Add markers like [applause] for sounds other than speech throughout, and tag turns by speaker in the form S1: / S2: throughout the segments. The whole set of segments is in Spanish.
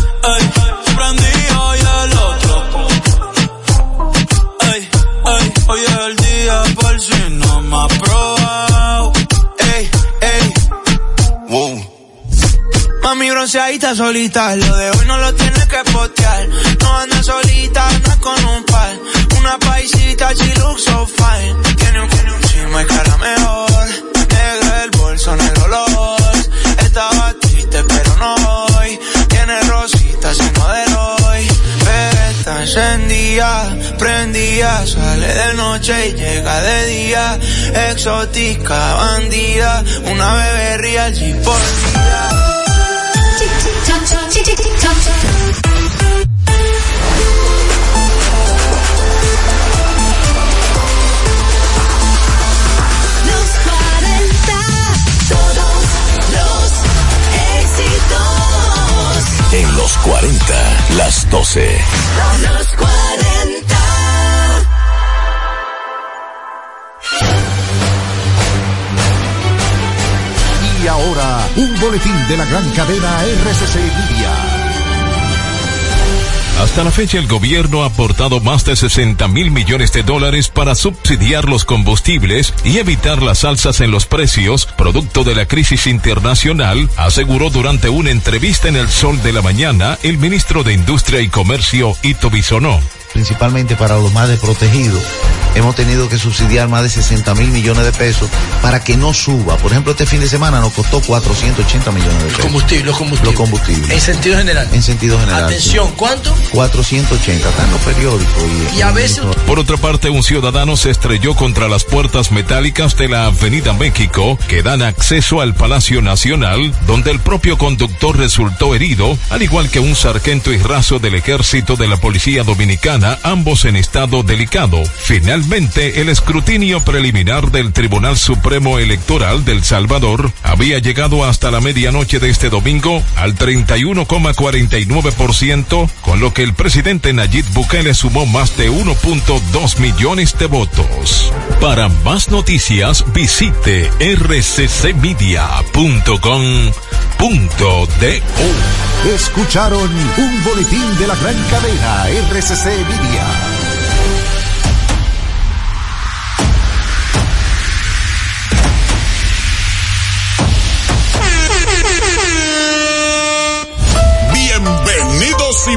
S1: ey, prendido y el otro. Ey, ey, hoy es el día por si no me has probado. Ey, ey. Mami bronceadita solita, lo de hoy no lo tienes que postear. No anda solita, anda con un par. Una paisita, she looks so fine. Tiene un, tiene un chima y cara mejor. Negra el bolso, en el olor. Estaba triste, pero no hoy. Tiene rositas se modelo hoy. Pero está encendida, prendida. Sale de noche y llega de día. Exótica, bandida. Una bebé real, y por día.
S2: Ờ,
S3: Los 40, todos los éxitos.
S4: En los 40, las 12.
S3: Los 40,
S5: Y ahora, un boletín de la gran cadena RCC Media.
S6: Hasta la fecha el gobierno ha aportado más de 60 mil millones de dólares para subsidiar los combustibles y evitar las alzas en los precios, producto de la crisis internacional, aseguró durante una entrevista en el Sol de la Mañana el ministro de Industria y Comercio Ito Bisonó.
S7: principalmente para los más desprotegidos. Hemos tenido que subsidiar más de 60 mil millones de pesos para que no suba. Por ejemplo, este fin de semana nos costó 480 millones de pesos.
S8: Combustible, los combustibles.
S7: Los combustibles.
S8: En sentido general.
S7: En sentido general. sí.
S8: Atención, ¿cuánto?
S7: 480, está en los periódicos. Y,
S8: Y a veces-
S6: Por otra parte, un ciudadano se estrelló contra las puertas metálicas de la Avenida México que dan acceso al Palacio Nacional, donde el propio conductor resultó herido, al igual que un sargento y raso del ejército de la Policía Dominicana, ambos en estado delicado. Finalmente, el escrutinio preliminar del Tribunal Supremo Electoral del Salvador había llegado hasta la medianoche de este domingo al 31,49%, con lo que el presidente Nayib Bukele sumó más de 1.2 millones de votos. Para más noticias, visite rccmedia.com.de.
S5: Escucharon un boletín de la gran cadena RCC Media.
S9: Bienvenidos y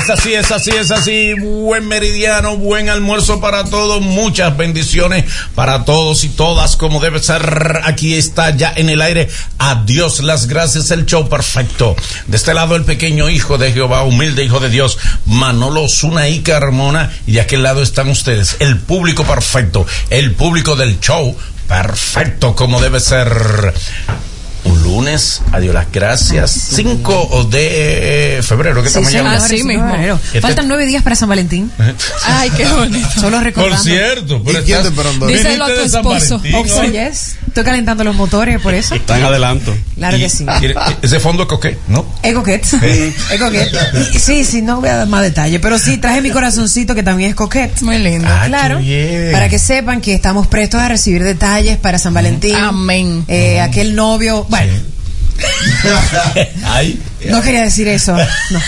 S10: Es así, es así, es así. Buen meridiano, buen almuerzo para todos. Muchas bendiciones para todos y todas, como debe ser. Aquí está ya en el aire. Adiós, las gracias, el show perfecto. De este lado, el pequeño hijo de Jehová, humilde hijo de Dios, Manolo Zuna y Carmona. Y de aquel lado están ustedes, el público perfecto, el público del show perfecto, como debe ser un lunes. Adiós las gracias. 5 de febrero, que
S2: Sí,
S10: estamos ya
S2: señor.
S10: en-
S2: Así mismo.
S10: Este-
S2: Faltan nueve días para San Valentín. Ay, qué bonito. Solo
S10: Por
S2: recordando.
S10: cierto, pero
S7: quién
S10: estás-
S7: te paró?
S10: viniste
S2: Díselo a tu
S10: de San
S2: esposo.
S10: Valentín,
S2: Oxo,
S10: ¿no?
S2: yes. Estoy calentando los motores
S6: [laughs]
S2: por eso.
S11: Está en adelanto.
S2: Claro
S10: Y-
S2: que sí.
S10: y-
S9: Ah.
S10: Ese fondo es coquet, ¿no?
S2: Ego coquette. [laughs] Es coquette. Y- Sí, sí, no voy a dar más detalle. Pero sí, traje mi corazoncito que también es coquete.
S11: Muy lindo.
S10: Ah, qué
S2: Claro,
S10: bien.
S2: para que sepan que estamos prestos a recibir detalles para San Valentín.
S11: Amén.
S2: Eh, aquel novio, bueno,
S10: Ay.
S2: no quería decir eso. no.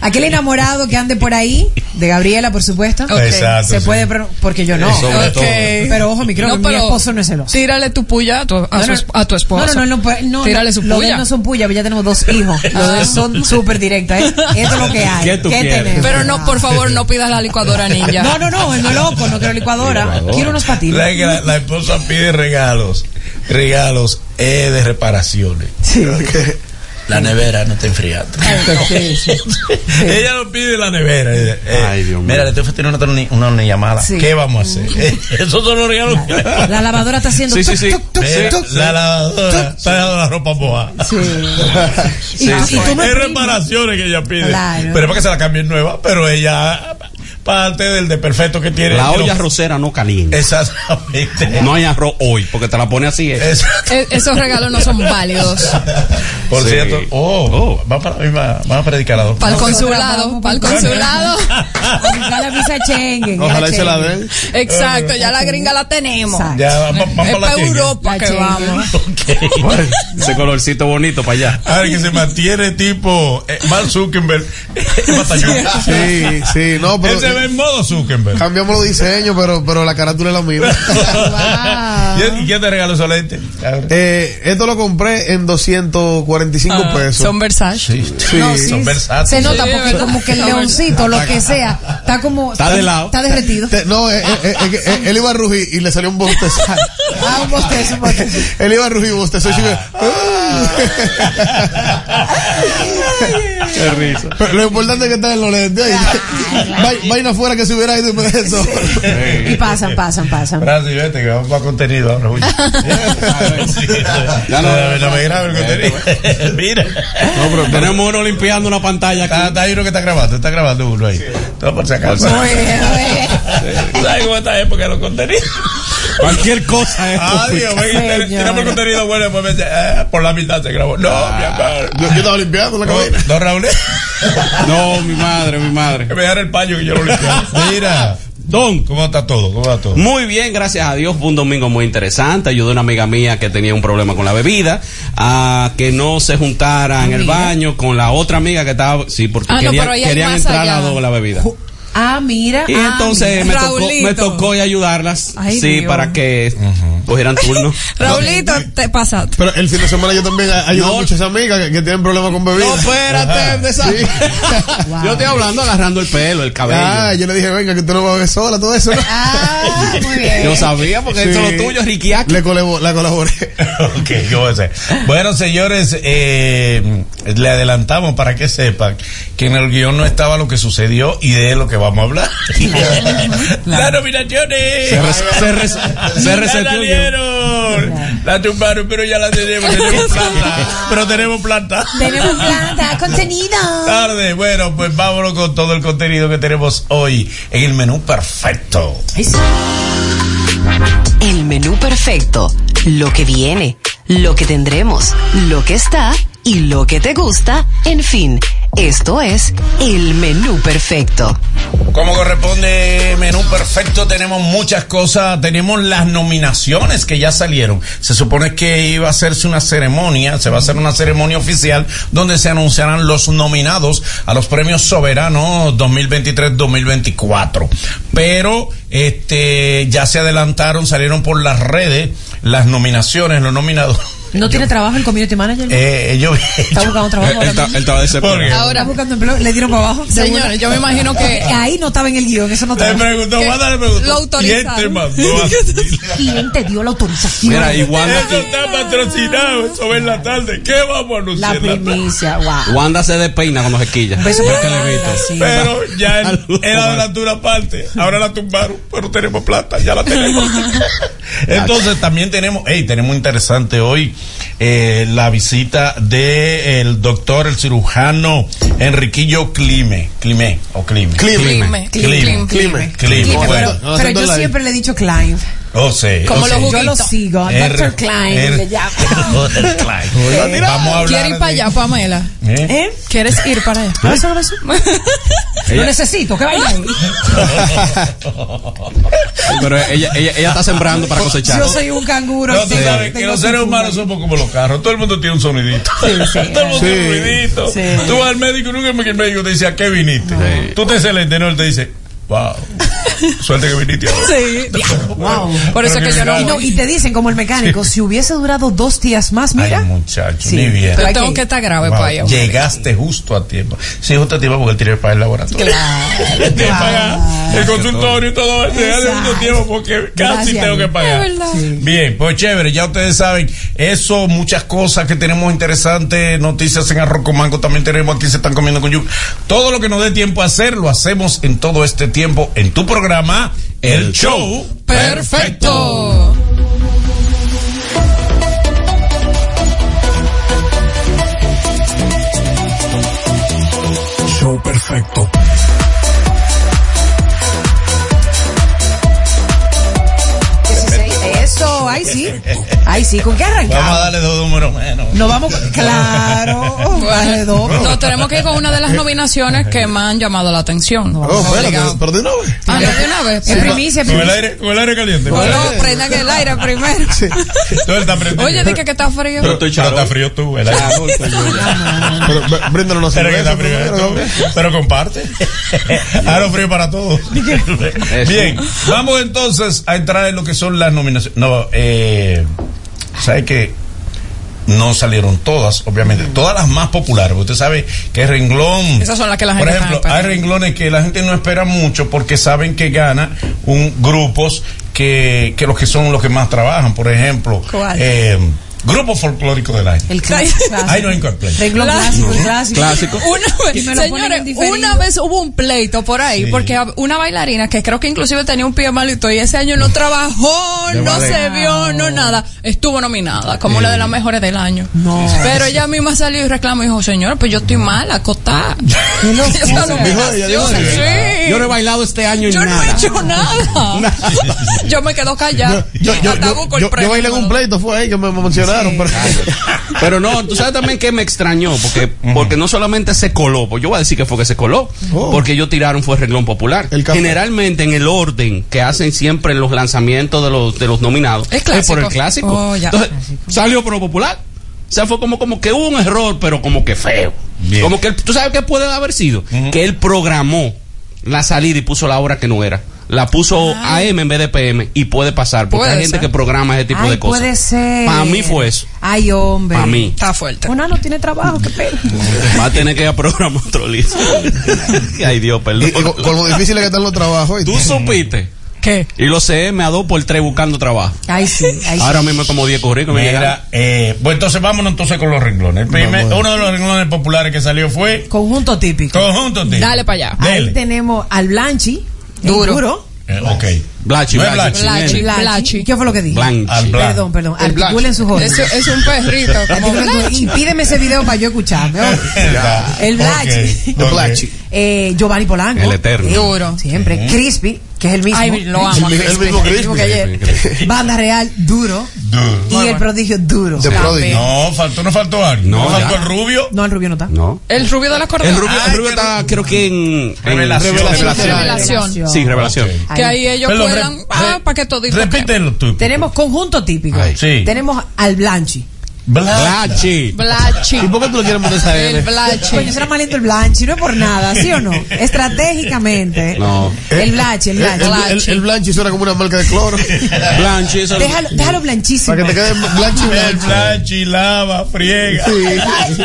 S2: Aquel enamorado que ande por ahí, de Gabriela, por supuesto.
S11: Ok. Exacto,
S2: Se
S10: sí.
S2: puede, pero- porque yo no.
S10: Sobre
S11: Ok.
S10: todo.
S2: Pero ojo, mi, creo que mi
S11: pero
S2: esposo no es celoso.
S11: Tírale tu puya a tu, a
S2: No,
S11: su,
S2: no,
S11: es- a tu esposo.
S2: No, no, no, no, puede- no,
S11: Tírale
S2: no,
S11: su
S2: los de
S11: puya.
S2: él no son puyas, pues ya tenemos dos
S11: [laughs]
S2: hijos. Los de él son súper directos. ¿eh? Esto es lo que hay.
S11: ¿Qué
S2: ¿Qué,
S11: tú quieres?
S2: tenemos?
S11: Pero no, por favor, no pidas la licuadora ninja.
S2: No, no, no, no loco, no quiero licuadora. Quiero unos patines.
S10: La, la- la esposa pide regalos. Regalos eh, de reparaciones.
S2: Sí.
S8: La nevera no está enfriada.
S9: [laughs]
S2: Sí, sí.
S9: Ella lo pide en la nevera. Y dice, eh, Mira, le estoy fastidiando una, torni- una, una llamada.
S2: Sí. Mm.
S9: ¿Qué vamos a hacer? Eh, Esos son los regalos que le
S2: La, la lavadora está haciendo.
S9: Sí, sí, sí.
S2: tuc, tuc,
S9: Mira,
S2: tuc, tuc.
S9: La lavadora está dejando la ropa mojada.
S2: Sí.
S9: Sí,
S2: Y-
S9: sí.
S2: y tú me
S9: Es
S2: primas.
S9: reparaciones que ella pide.
S2: Claro.
S9: Pero es para que se la cambien nueva, pero ella parte del de perfecto que tiene.
S6: La
S9: Pero-
S6: olla rosera no calienta.
S9: Exactamente.
S6: No hay arroz hoy, porque te la pone así. eh.
S3: E- esos regalos no son válidos.
S9: Por
S6: Sí.
S9: cierto, oh, va para la misma- van a predicar a dos.
S3: Para el consulado, para el consulado.
S2: Ya la visa Schengen.
S9: Ojalá
S2: la
S9: y se la
S2: Schengen.
S9: den.
S3: Exacto, ya la gringa la tenemos.
S2: Exacto.
S9: Ya, va- va- vamos
S3: Es
S9: para la
S3: para
S9: Schengen.
S3: Europa que
S2: Schengen.
S3: vamos.
S6: Bueno, Ese colorcito bonito para allá.
S9: Ah, que se mantiene tipo eh, Mark Zuckerberg. [laughs] Batallón.
S5: Sí, sí, no, pero
S9: Él se ve en modo Zuckerberg.
S5: cambiamos los diseños, pero, pero la carátula es la misma.
S9: ¿Y él- ¿Y quién te regaló esos lentes? Cabrón.
S5: Eh, esto lo compré en 245
S3: Ah,
S5: pesos.
S3: son Versace.
S5: Sí.
S2: No, sí,
S9: Son versátiles.
S2: se nota
S3: Sí,
S2: porque
S3: ¿verdad?
S2: como que el leoncito, lo que sea, está como
S6: Está de lado.
S2: está derretido.
S5: Te- No, eh, eh, eh, eh, que, eh, él iba a rugir y le salió un bostezo.
S2: Ah, un bostezo, un bostezo.
S5: él iba a rugir bostezo. chico.
S6: Qué risa.
S5: Pero lo importante es que está en los lentes. ahí. [laughs] Va- Vaina afuera que se hubiera ido preso.
S2: Y pasan, pasan, pasan.
S9: Francis, vete, que vamos para contenido
S6: [laughs]
S9: ahora. oye. [laughs] Sí,
S6: Ya
S9: no,
S6: no-
S9: no, me grabe el
S6: [laughs]
S9: contenido. Mira.
S6: No, pero tenemos uno limpiando una pantalla
S9: Está,
S6: acá.
S9: está ahí uno que está grabando, está grabando uno ahí. Todo por si acaso. [laughs]
S2: Muy bien, muy bien.
S9: ¿Sabes cómo está época de los contenidos? Ah.
S6: Cualquier cosa es
S9: Adiós,
S6: complicada.
S9: ven, tiramos el contenido bueno, después me dice, eh, por la mitad se grabó. No, mi amor.
S5: Yo, yo estaba limpiando la cabina.
S9: No, Raúl,
S6: No, mi madre, mi madre.
S9: que me dejaron el paño que yo lo limpiaba. [laughs] Mira,
S6: Don.
S9: ¿cómo está todo? ¿Cómo está todo?
S6: Muy bien, gracias a Dios. Fue un domingo muy interesante. Ayudé a una amiga mía que tenía un problema con la bebida a que no se juntara en el baño con la otra amiga que estaba. Sí, porque
S3: eh. Ah, no,
S6: querían,
S3: pero ahí hay
S6: querían
S3: más
S6: entrar
S3: allá.
S6: las dos a la bebida.
S2: Ah, mira.
S6: Y
S2: ah,
S6: entonces me
S2: mira.
S6: tocó, me
S3: Raulito.
S6: tocó y ayudarlas.
S3: Ay,
S6: sí,
S3: Dios.
S6: para que cogieran turno.
S3: Raulito, te pasaste.
S5: Pero el fin de semana yo también ayudo
S6: No.
S5: a muchas amigas que, que tienen problemas con bebidas.
S6: No, espérate, desastre. Yo estoy hablando agarrando el pelo, el cabello.
S5: Ah, yo le dije, venga, que usted no va a beber sola, todo eso. ¿no?
S2: Ah, muy bien.
S6: Yo sabía porque eso es
S5: Sí.
S6: lo tuyo, Riquiac.
S5: Le colabo- la colaboré.
S9: Ok, ¿cómo va a ser? Bueno, señores, eh, le adelantamos para que sepan que en el guión no estaba lo que sucedió y de lo que vamos a hablar. [laughs] Las nominaciones.
S6: Se res- se res- se
S9: La
S6: resetió el guión.
S9: salieron. La tumbaron, pero ya la tenemos.
S6: [laughs]
S9: Tenemos planta. Pero tenemos planta.
S2: Tenemos planta, contenido.
S9: Tarde. Bueno, pues vámonos con todo el contenido que tenemos hoy en el menú perfecto.
S12: El menú perfecto, lo que viene, lo que tendremos, lo que está y lo que te gusta, en fin, esto es el menú perfecto.
S9: Como corresponde, menú perfecto, tenemos muchas cosas, tenemos las nominaciones que ya salieron. Se supone que iba a hacerse una ceremonia, se va a hacer una ceremonia oficial donde se anunciarán los nominados a los premios soberanos 2023-2024. Pero, este, ya se adelantaron, salieron por las redes las nominaciones, los nominados.
S2: ¿No tiene trabajo el community manager?
S9: [laughs] Eh, yo
S2: ¿Está buscando trabajo? ahora mismo?
S6: estaba
S9: ¿Por qué?
S2: ¿Está
S3: Ahora,
S2: buscando empleo? ¿Le dieron para abajo?
S3: señores, yo me imagino que
S2: Ahí no estaba en el guión, eso no
S9: Le
S2: estaba.
S9: preguntó,
S3: ¿Qué?
S9: Wanda le preguntó,
S3: Lo autorizaron.
S9: ¿quién te mandó a ti?
S2: [laughs] ¿Quién te dio la autorización?
S6: Mira, y Wanda,
S9: Eso está patrocinado, eso va en la tarde. ¿Qué vamos a
S2: La
S9: anunciar? en la tarde?
S2: primicia, wow.
S6: Wanda se despeina cuando se quilla.
S2: Un beso
S6: Yo
S2: para
S6: que le
S2: Wanda,
S6: evito.
S2: sí.
S9: Pero ya el- era de la dura parte. Ahora la tumbaron, pero tenemos plata, ya
S3: [laughs]
S9: la tenemos. Entonces también tenemos, hey, tenemos interesante hoy eh, la visita de el doctor, el cirujano Enriquillo Clime, Clime o Clime.
S3: Clime, Clime, Clime.
S9: Clime, Clime,
S2: Clime,
S9: bueno.
S2: pero, pero yo siempre le he dicho Klein.
S9: Oh, sí,
S3: Como
S9: oh,
S3: los
S9: sí.
S2: Yo lo
S3: Juguito.
S2: sigo,
S9: Er-
S2: Dr. Klein.
S9: Er- [laughs]
S2: le llamo.
S9: Dr. Klein. Vamos a hablar.
S3: ¿Quieres ir para
S9: de-
S3: allá, Pamela?
S9: ¿Eh?
S2: ¿Eh?
S3: ¿Quieres ir para allá?
S2: Ah, ¿Eso
S9: [laughs]
S2: no es? Lo necesito, que vaya ahí.
S6: Pero ella, ella, ella está sembrando para cosechar.
S2: Yo soy un canguro.
S9: No, tú
S2: tengo-
S9: sabes que
S2: tengo
S9: los seres
S2: cintura.
S9: humanos somos como los carros. Todo el mundo tiene un sonidito. [laughs] Todo el mundo tiene un ruidito.
S2: Sí. [laughs]
S9: Tú vas al médico y nunca el médico te dice, ¿a qué viniste? Tú te excelente, no, él te dice, wow.
S13: Suerte que viniste ahora.
S3: Sí.
S9: [laughs]
S2: Wow.
S3: Por eso que yo no
S2: Y,
S3: voy.
S2: y te dicen como el mecánico, si hubiese durado dos días más, mira.
S9: Muchacho,
S2: Sí,
S9: ni bien.
S2: pero hay
S3: Tengo que estar grave
S9: Wow,
S3: para allá.
S9: Llegaste justo a tiempo. Sí, justo a tiempo porque él tiene para el laboratorio. [laughs]
S13: Tengo que pagar el consultorio y todo eso. Hace
S9: Exacto.
S13: mucho tiempo porque casi
S9: Gracias.
S13: tengo que pagar.
S9: Es verdad. Bien, pues chévere, ya ustedes saben, eso, muchas cosas que tenemos interesantes, noticias en arroz con mango, también tenemos aquí se están comiendo con yuca. Todo lo que nos dé tiempo a hacer, lo hacemos en todo este tiempo en tu programa, El, Show
S3: Perfecto.
S4: Show perfecto.
S2: Eso, ahí sí. Ahí sí, ¿con qué
S9: Vamos a
S2: arrancamos?
S9: darle dos números menos.
S2: Nos vamos, claro. vale, dos.
S3: Nos tenemos que ir con una de las nominaciones que más han llamado la atención.
S5: Oh, espérate, pero de una vez.
S3: Ah, no, de una vez.
S2: Es primicia,
S13: Con el aire, con el aire caliente.
S3: Bueno, prendan el aire primero.
S13: Todo está prendido.
S3: Oye, dije que está frío.
S13: Pero está frío tú, el aire.
S5: Pero, br- bríndalo una
S13: Pero que
S5: cerveza
S13: está frío
S5: primero,
S13: tú. Pero [laughs] comparte. Aro frío para todos. [laughs] Bien, vamos entonces a entrar en lo que son las nominaciones. No, eh, ¿sabe que No salieron todas, obviamente. Todas las más populares. Usted sabe que el renglón.
S3: Esas son las que la
S13: Por
S3: gente
S13: ejemplo,
S3: sabe,
S13: hay renglones que la gente no espera mucho porque saben que gana un grupos que, que los que son los que más trabajan. Por ejemplo,
S3: ¿Cuál? Ah,
S13: eh, grupo folclórico del año.
S2: El clásico.
S13: Ay, no, en Coldplay.
S2: Renglón
S3: La-
S2: clásico, el clásico.
S3: Una
S2: Y
S3: vez,
S2: me lo ponen
S3: señores,
S2: en diferido.
S3: una vez hubo un pleito por ahí, porque hab- una bailarina que creo que inclusive tenía un pie malito y ese año no trabajó,
S2: De
S3: no
S2: ballet.
S3: se vio, no nada, estuvo nominada como una de las mejores del añño.
S2: No.
S3: Pero ella misma salió y reclamó y dijo, señor, pues yo estoy mal,
S5: [laughs]
S3: acotada. Esa nominación, sí.
S6: Yo no he bailado este año
S3: Yo
S6: en
S3: no
S6: nada.
S3: he hecho
S5: [laughs]
S3: nada. yo me quedo callada.
S5: Yo, yo,
S3: Hasta
S5: yo,
S3: busco el
S5: yo, yo
S3: premio,
S5: bailé en un
S3: ¿no?
S5: pleito, fue ahí que me me mencionaron. pero-
S6: Pero no, tú sabes también que me extrañó, porque, porque no solamente se coló, pues yo voy a decir que fue que se coló,
S9: Oh.
S6: porque ellos tiraron fue renglón popular. Generalmente en el orden que hacen siempre en los lanzamientos de los, de los nominados
S3: Es
S6: es por el
S3: clásico.
S6: clásico.
S3: Oh, ya.
S6: Entonces, salió por lo popular. O sea, fue como, como que hubo un error, pero como que feo. Como que él- tú sabes qué puede haber sido, que él programó la salida y puso la hora que no era. La puso AM en vez de PM y puede pasar, porque
S3: Puede
S6: hay gente
S3: ser.
S6: que programa ese tipo
S2: Ay,
S6: de cosas.
S2: puede ser.
S6: Para mí fue eso.
S2: Ay, hombre.
S6: Pa' mí.
S3: Está fuerte.
S2: Una no tiene trabajo, qué pena.
S6: Va a tener que ir a programar otro listo. [laughs] Ay, Dios,
S5: Y,
S6: perdón.
S5: y con, con lo difícil que están los trabajos.
S6: Tú supiste.
S3: ¿Qué?
S6: Y los CM a dos por tres buscando trabajo.
S2: Ay, sí, ay, sí.
S6: Ahora mismo es como 10 currículos.
S9: Mira, eh, pues entonces vámonos entonces con los renglones. El primer- uno de los renglones populares que salió fue
S2: Conjunto típico.
S9: Conjunto Típico.
S3: Dale para allá.
S2: Ahí
S9: Dele.
S2: tenemos al Blanchi. el
S3: Duro.
S9: Eh, ok.
S6: Blachi,
S9: No es Ah,
S6: Blachi.
S3: Blachi.
S6: Nene.
S2: Blachi.
S3: Blachi.
S2: ¿Qué fue lo que dije?
S6: Blanchi.
S9: Al Blanchi. [laughs]
S2: Perdón, perdón.
S5: El Blanchi.
S2: Articulen sus órdenes.
S3: Es, es un perrito. como
S2: Articulen sus-
S3: Blachi.
S2: Impídeme ese video para yo escucharme. oye.
S9: [laughs] Ya.
S2: El Blachi.
S9: Ok,
S5: The
S9: ok.
S5: Blachi.
S2: Eh, Giovanni Polanco.
S6: El eterno.
S3: Duro.
S2: Siempre. Crispy, que es el mismo.
S3: Ay, lo amo. Este,
S5: El mi-
S3: Crispy.
S5: el mismo
S2: El mismo que ayer. [laughs] Banda Real, duro.
S9: Dude.
S2: Y el prodigio, duro.
S5: The Prodigy.
S9: No, faltó, no faltó algo. No,
S6: No,
S9: faltó
S6: ya.
S9: el rubio.
S2: No, el rubio no está.
S6: No.
S3: El rubio de la Ah,
S6: El
S3: corona.
S6: rubio, el rubio está, creo que en. en-
S9: Revelación.
S3: Revelación.
S6: Sí, revelación.
S2: Ahí.
S3: Que ahí ellos
S9: Perdón,
S3: puedan.
S9: re-
S3: ah,
S9: re-
S3: para que todo
S9: Repítelo tú.
S2: Tenemos conjunto típico.
S6: Ay.
S9: Sí.
S2: Tenemos al Blanchi.
S6: Blachi.
S9: Blachi.
S3: Blachi.
S5: ¿Y por qué tú lo quieres poner esa
S3: El
S5: N?
S2: Coño,
S3: Blachi.
S2: será más lindo el Blanchi, no es por nada,
S3: [laughs]
S2: ¿sí o no? Estratégicamente.
S6: No.
S2: El Blanchi, el
S5: El, Eh, el,
S2: Blanchi.
S5: el, el Blanchi suena como una marca de cloro.
S6: Blanchi. eso-
S2: Déjalo, déjalo blanchísimo.
S5: Para que te quede Blanchi
S9: El
S5: Blanchi.
S9: Blachi lava, friega.
S5: Sí.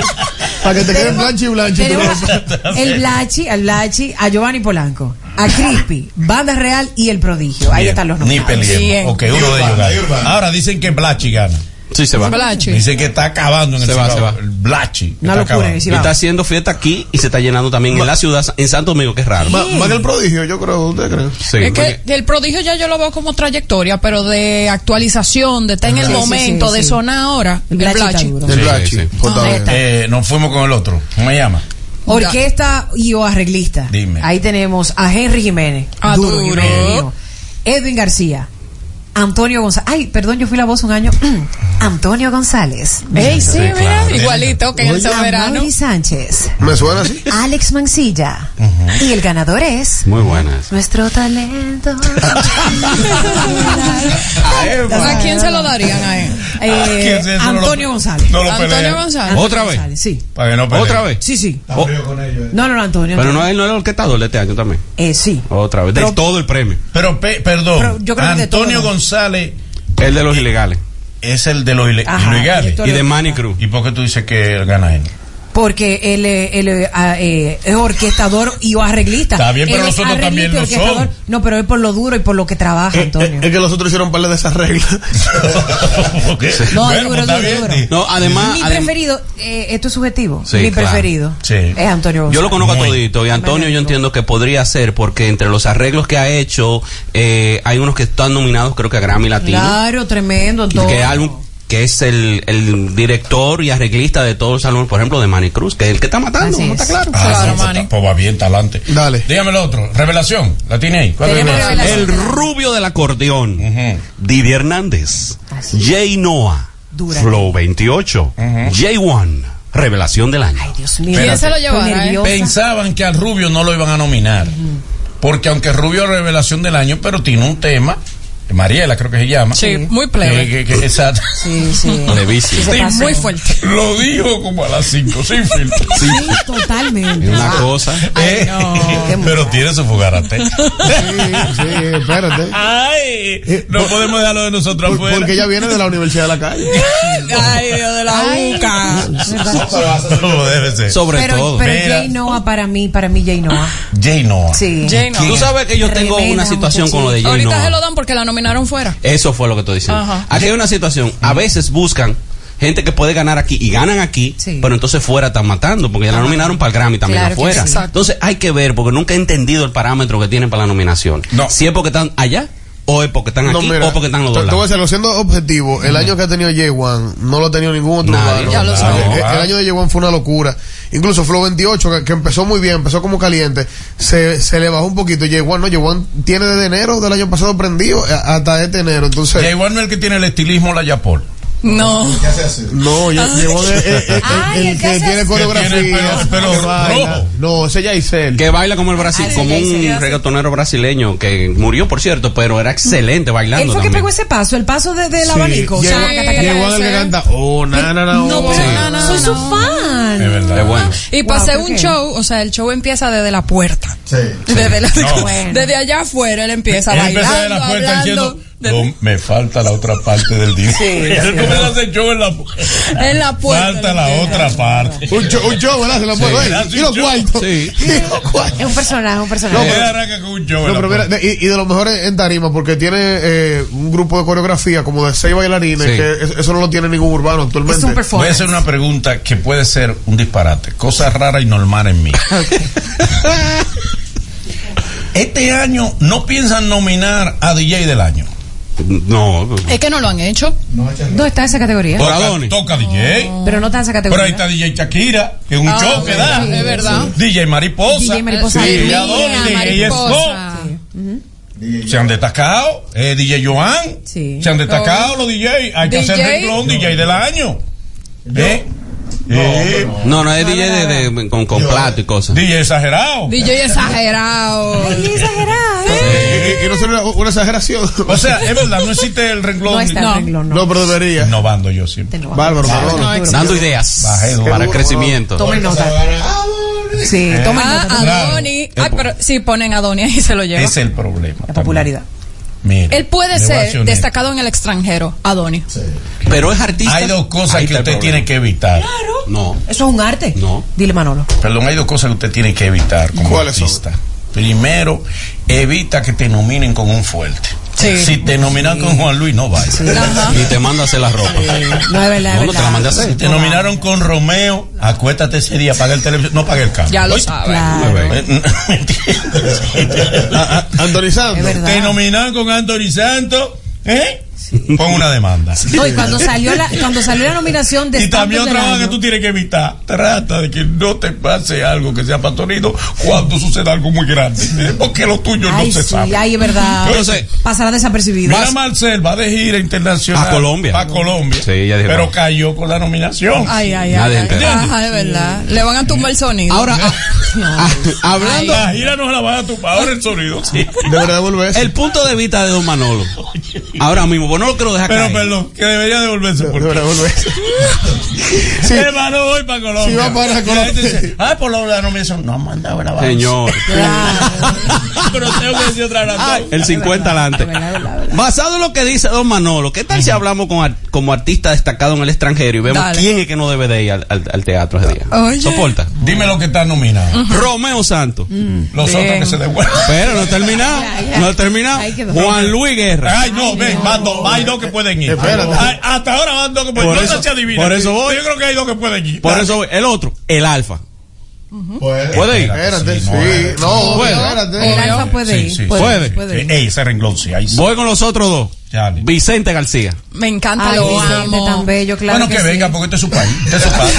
S5: Para que te quede
S2: Tenemos-
S5: Blanchi Blanchi. [laughs]
S2: tenemos a- el Blachi, al Blachi, a Giovanni Polanco, a Crispy, Banda Real y El Prodigio. Ahí
S9: Bien,
S2: están los
S9: Ni
S2: nombres.
S3: Bien.
S9: peleemos. Ok, uno de ellos gana. Ahora dicen que Blachi gana.
S6: Sí, se va.
S3: Blachi.
S9: Dicen que está acabando en el
S6: Se va,
S9: Cibao.
S6: se va.
S9: El Blachi.
S2: Una
S9: está
S2: locura,
S9: acabando.
S2: sí.
S6: Y está haciendo fiesta aquí y se está llenando también en la ciudad, en Santo Domingo, que es raro.
S5: Más que el prodigio, yo creo. ¿Usted cree?
S6: Sí,
S3: es
S6: porque-
S3: que el prodigio ya yo lo veo como trayectoria, pero de actualización, de estar en el
S2: Sí, sí,
S3: momento,
S2: sí,
S3: de
S2: sí.
S3: sonar ahora.
S2: El
S3: El
S2: Blachi está
S3: Blachi.
S2: duro.
S5: El
S6: Sí,
S5: Blachi.
S6: sí.
S5: Por
S2: Ahí
S5: favor.
S2: está.
S9: Eh, nos fuimos con el otro. ¿Cómo me llama?
S2: Orquesta y o arreglista.
S9: Dime.
S2: Ahí tenemos a Henry Jiménez.
S3: Ah,
S2: duro,
S3: duro.
S2: Jiménez, mío. Edwin García. Antonio González. Ay, perdón, yo fui la voz un año. [clears throat]
S6: Antonio González.
S3: Ey, sí, mira, igualito que en el
S6: William
S3: soberano.
S6: Mauri Sánchez.
S5: ¿Me suena así?
S6: Alex Mancilla. Y el ganador es.
S7: Muy buenas.
S3: [laughs]
S6: Nuestro talento.
S3: ¿A quién se lo darían a él? Ah,
S2: Eh,
S9: ¿Quién se- Ah, eso no lo-
S2: Antonio González.
S9: no lo pelea.
S2: Antonio González.
S7: ¿Otra vez?
S2: González, sí.
S9: Para que no peleen.
S7: ¿Otra vez?
S2: Sí, sí.
S7: Oh,
S2: No, no, no, Antonio.
S7: pero no, él no era el orquestador de este año también.
S2: Eh, sí.
S7: Otra vez. De
S9: Pero-
S7: todo el premio.
S9: Pero, pe- perdón,
S2: Pero yo creo que de
S9: Antonio
S2: todo.
S9: González
S7: El de los ilegales.
S9: es el de los ile-
S2: Ajá,
S9: ilegales.
S2: director Y de de- Manny
S7: Cruz.
S9: ¿Y por qué tú dices que él gana él?
S2: Porque él, eh, él, eh, ah, eh, es orquestador y arreglista.
S9: Está bien, pero
S2: Él es
S9: nosotros también
S2: arreglista y
S9: lo somos.
S2: orquestador. No, pero es por lo duro y por lo que trabaja, Antonio.
S5: Es que los otros hicieron parte de esas
S7: [laughs]
S5: reglas.
S9: ¿Por qué?
S2: No, duro, duro, duro.
S7: No, además.
S2: Mi
S7: adem-
S2: preferido, eh, esto es subjetivo.
S7: Sí,
S2: Mi
S7: claro.
S2: preferido
S7: Sí.
S2: es Antonio González.
S7: yo lo conozco a todito y Antonio yo entiendo que podría ser porque entre los arreglos que ha hecho eh, hay unos que están nominados creo que a Grammy Latino.
S2: Claro, tremendo, Antonio.
S7: que álbum que es el, el director y arreglista de todos los álbumes, por ejemplo, de Manny Cruz, que es el que está matando, ¿no está claro?
S9: Pues va bien, talante. Dale. Dígame el otro. Revelación. ¿La tiene ahí? ¿Cuál
S7: Tenemos
S9: revelación?
S7: revelación. El rubio del acordeón, Didi Hernández, Jay Noah,
S2: Dura.
S7: Flow 28, Jay One, revelación del año.
S2: Dios mío.
S9: ¿Quién se lo
S2: Estoy
S3: llevará, eh?
S2: nerviosa.
S9: Pensaban que al Rubio no lo iban a nominar. Porque aunque Rubio es revelación del año, pero tiene un tema. Mariela creo que se llama.
S3: Sí, muy plebe.
S9: que, que- que- exacto.
S2: Sí, sí.
S7: [laughs] De bici.
S2: Se
S3: Sí,
S2: pasó.
S3: muy fuerte.
S9: [laughs] Lo dijo como a las 5, sin filtro.
S2: Sí, totalmente.
S7: Es una cosa.
S9: Eh, pero tiene su fugarate.
S5: Sí, espérate.
S9: [laughs] Ay, no podemos dejarlo de nosotros
S5: Por-
S9: afuera.
S5: porque ella viene de la Universidad de la Calle.
S3: Ay, Dios de la boca.
S9: Como debe ser.
S7: Sobre
S2: Pero,
S7: todo.
S2: pero
S9: Mira.
S2: Jay Noah para mí, para mí Jay Noah.
S9: Jay Noah.
S2: Sí.
S3: Jay no.
S7: Tú sabes que yo tengo
S2: Tremenda
S7: una situación con lo de Jay
S3: Ahorita se lo
S7: Noah.
S3: dan porque la nominaron fuera.
S7: Eso fue lo que estoy diciendo.
S3: Ajá.
S7: Aquí hay una situación. A veces buscan gente que puede ganar aquí y ganan aquí,
S2: Sí.
S7: pero entonces fuera están matando porque ya la nominaron para el Grammy también
S2: Claro que
S7: afuera.
S2: sí. Exacto.
S7: Entonces hay que ver porque nunca he entendido el parámetro que tienen para la nominación.
S9: No.
S7: Si es porque están allá o es porque están
S5: No,
S7: aquí
S5: mira,
S7: o porque están los
S5: te-
S7: dos
S5: te voy a
S7: lados.
S5: decir, algo, siendo objetivo, el año que ha tenido J1 no lo ha tenido ningún otro
S7: Nadie, Ah.
S5: urbano.
S7: ya lo
S5: El-
S7: sabemos.
S5: el, el año de J1 fue una locura. Incluso Flow 28, que, que empezó muy bien, empezó como caliente, se, se le bajó un poquito. J1, no, J1 tiene desde enero del año pasado prendido a- hasta este enero. Entonces,
S9: Jay One no es el que tiene el estilismo la Yapol.
S3: No.
S5: no, J- J1 es, es- es-
S2: Ay,
S5: el,
S2: el que
S5: que
S2: hace
S5: tiene
S2: así.
S5: coreografía.
S9: Que tiene el pelo- pelo
S5: que baila.
S9: rojo.
S5: No, ese ya Isel.
S7: Que baila como el Brasil,
S3: Ah, sí,
S7: como
S3: sí, sí,
S7: un
S3: sí.
S7: reggaetonero brasileño que murió, por cierto, pero era excelente
S2: Mm. Él
S7: bailando.
S2: fue que
S7: también.
S2: pegó ese paso, el paso de- del abanico.
S3: Jay-
S2: Chaca, taca, taca.
S3: Jay-
S5: J1 el que canta, oh, na, na, na,
S2: No,
S5: oh.
S2: pero
S7: Sí.
S2: no, no, soy
S3: Soy su
S2: su fan.
S9: Es verdad.
S7: Es bueno.
S3: Y
S2: Wow,
S3: pasé
S2: ¿por
S3: un
S2: qué?
S3: show, o sea, el show empieza desde la puerta. Desde, la-
S9: No.
S3: Bueno. desde allá afuera él empieza
S9: Él
S3: bailando,
S9: empezó de la puerta
S3: hablando.
S9: diciendo, "No, me falta la otra parte del
S6: [laughs]
S9: dinero. Él comienza a hacer show en la puerta.
S3: En la puerta.
S9: Falta la otra parte.
S5: Un show, un show, ¿verdad? Se la puedo-
S9: Sí.
S5: Ey, y los
S9: Sí.
S5: cuartos.
S7: Sí.
S5: Y los cuartos.
S2: Es un personaje, un personaje.
S9: Él arranca con un show en
S5: No,
S9: la
S5: pero mira,
S9: puerta.
S5: de- y, y de lo mejor es en tarima, porque tiene eh, un grupo de coreografía como de seis bailarines,
S7: Sí.
S5: que es- eso no lo tiene ningún urbano actualmente.
S2: es un
S9: Voy a
S2: performance.
S9: hacer una pregunta que puede ser un disparate, cosa rara y normal en mí.
S6: Ah,
S9: este año no piensan nominar a DJ del año.
S7: No,
S3: Es que no lo han hecho.
S2: No está en esa categoría.
S7: Por
S9: Toca,
S7: Adonis.
S9: toca DJ.
S2: Pero no está en esa
S9: Pero ahí
S2: categoría.
S9: está DJ Shakira, que es un
S3: Ah,
S9: show que da.
S3: sí, es verdad.
S9: DJ Mariposa.
S3: eh,
S2: DJ Mariposa.
S9: Sí,
S2: Ay,
S9: DJ
S2: mía,
S9: Adonis, DJ
S3: Mariposa.
S9: Snow. Se han destacado. eh, DJ Joan.
S2: Sí.
S9: Se han destacado los DJ. Hay que hacer
S3: DJ.
S9: renglón DJ del año. ¿Eh? Eh,
S7: no, no es DJ de, de- con, con plato y cosas.
S9: DJ exagerado.
S3: DJ
S9: [laughs]
S3: exagerado.
S2: Ay, exagerado. ¿eh?
S5: Y, y- y no sería una exageración.
S9: O sea, es verdad, no existe el renglón.
S2: No está en
S3: No.
S2: renglón, no.
S5: no, pero debería.
S9: [laughs] Innovando yo siempre.
S2: Te lo hago.
S5: Bárbaro, perdón.
S7: Dando ideas
S9: Bajé dos.
S7: para
S5: Qué
S7: crecimiento.
S2: Tomen nota. Sí, tomen
S3: Ah,
S2: nota.
S9: Claro.
S3: Adonis.
S9: Eh,
S3: Ay, pero sí ponen a Adonis y se lo lleva.
S9: Es el problema.
S2: La
S9: también.
S2: popularidad.
S9: Mira,
S3: Él puede
S9: le voy a ser
S3: ser
S9: honesto.
S3: destacado en el extranjero, Adonis.
S7: Pero es artista.
S9: Hay dos cosas
S7: Ahí
S9: que
S7: está el
S9: usted
S7: problema.
S9: tiene que evitar.
S7: No.
S2: Eso es un arte.
S7: No.
S2: Dile Manolo.
S9: Perdón, hay dos cosas que usted tiene que evitar como
S5: ¿Cuáles son?
S9: artista. Primero, evita que te nominen con un fuerte.
S3: Sí.
S9: Si te nominan con Juan Luis, no vayas.
S3: Ajá.
S7: Y te manda a hacer la ropa.
S2: No es verdad. es
S7: No, no te la
S2: verdad.
S7: mandé a hacer.
S9: Si te nominaron con Romeo, acuéstate ese día, paga el televisor, no paga el cambio.
S3: Ya lo
S9: ¿Oíste?
S2: Ah,
S3: sabes.
S2: Claro.
S9: Eh, [laughs] ¿me entiendes?
S5: Ah, ah, Anthony Santos.
S2: Es verdad.
S9: Te nominaron con Anthony Santos, ¿eh? Pon una demanda.
S2: No, y cuando salió la, cuando salió la nominación de
S9: Y también
S2: Estampes
S9: otra
S2: del
S9: cosa que
S2: Año,
S9: tú tienes que evitar. Trata de que no te pase algo que sea patonido cuando suceda algo muy grande. Porque lo tuyo
S2: Ay,
S9: no se
S2: sí,
S9: sabe.
S2: ay, es verdad.
S9: Entonces,
S2: pasará desapercibida.
S9: Mira Marcel va de gira internacional.
S6: A Colombia.
S9: A Colombia.
S6: Sí, ya dijeron.
S9: pero cayó con la nominación.
S3: Ay, ay,
S6: Nadie
S3: ay. ay.
S6: entera.
S3: Ajá, de verdad. Le van a tumbar el sonido.
S9: [laughs]
S3: Ahora, ah, [laughs]
S6: Hablando.
S9: La gira no la van a tumbar. Ahora el sonido, sí.
S6: verdad El punto de vista de Don Manolo. Ahora mismo, pues no lo quiero dejar
S9: Pero
S6: caer.
S9: perdón, que debería devolverse. Porque... Debería [laughs]
S8: devolverse.
S9: Hermano, voy para Colombia.
S5: Sí, va para
S9: Y la
S5: Colombia.
S9: gente dice, Ay, por lo no me dicen, no han mandado una bala.
S6: Señor.
S9: [laughs] Pero tengo que decir otra razón.
S6: El 50 adelante. Basado en lo que dice Don Manolo, ¿qué tal si hablamos con ar- como artista destacado en el extranjero y vemos
S9: Dale.
S6: quién es que no debe de ir al, al- al teatro ese día?
S9: Oye.
S6: Soporta.
S9: Dime lo que está nominado.
S6: Romeo Santos.
S9: Los otros que se devuelven.
S6: Pero no he terminado. No he terminado. Juan Luis Guerra.
S9: Ay, no, ven, van dos, hay dos que pueden ir.
S6: Espérate.
S9: Ay, hasta ahora van dos que pueden ir.
S6: Por
S9: No
S6: eso-
S9: se adivina.
S6: por eso voy.
S9: Yo creo que hay dos que pueden ir.
S6: Por eso, el otro, el Alfa. ¿Puede ir?
S8: Espérate, sí.
S9: espérate.
S8: No,
S6: Puede.
S8: espérate.
S2: El Alfa puede ir.
S6: Puede.
S9: Sí, Ey, ese renglón sí, ahí sí.
S6: Voy con los otros dos. Vicente García.
S3: Me encanta
S2: Ay,
S3: lo
S2: Vicente,
S3: amo.
S2: tan bello, claro
S9: bueno, que,
S2: que sí.
S9: venga, porque este es su país. Este es
S6: [laughs]
S9: su país.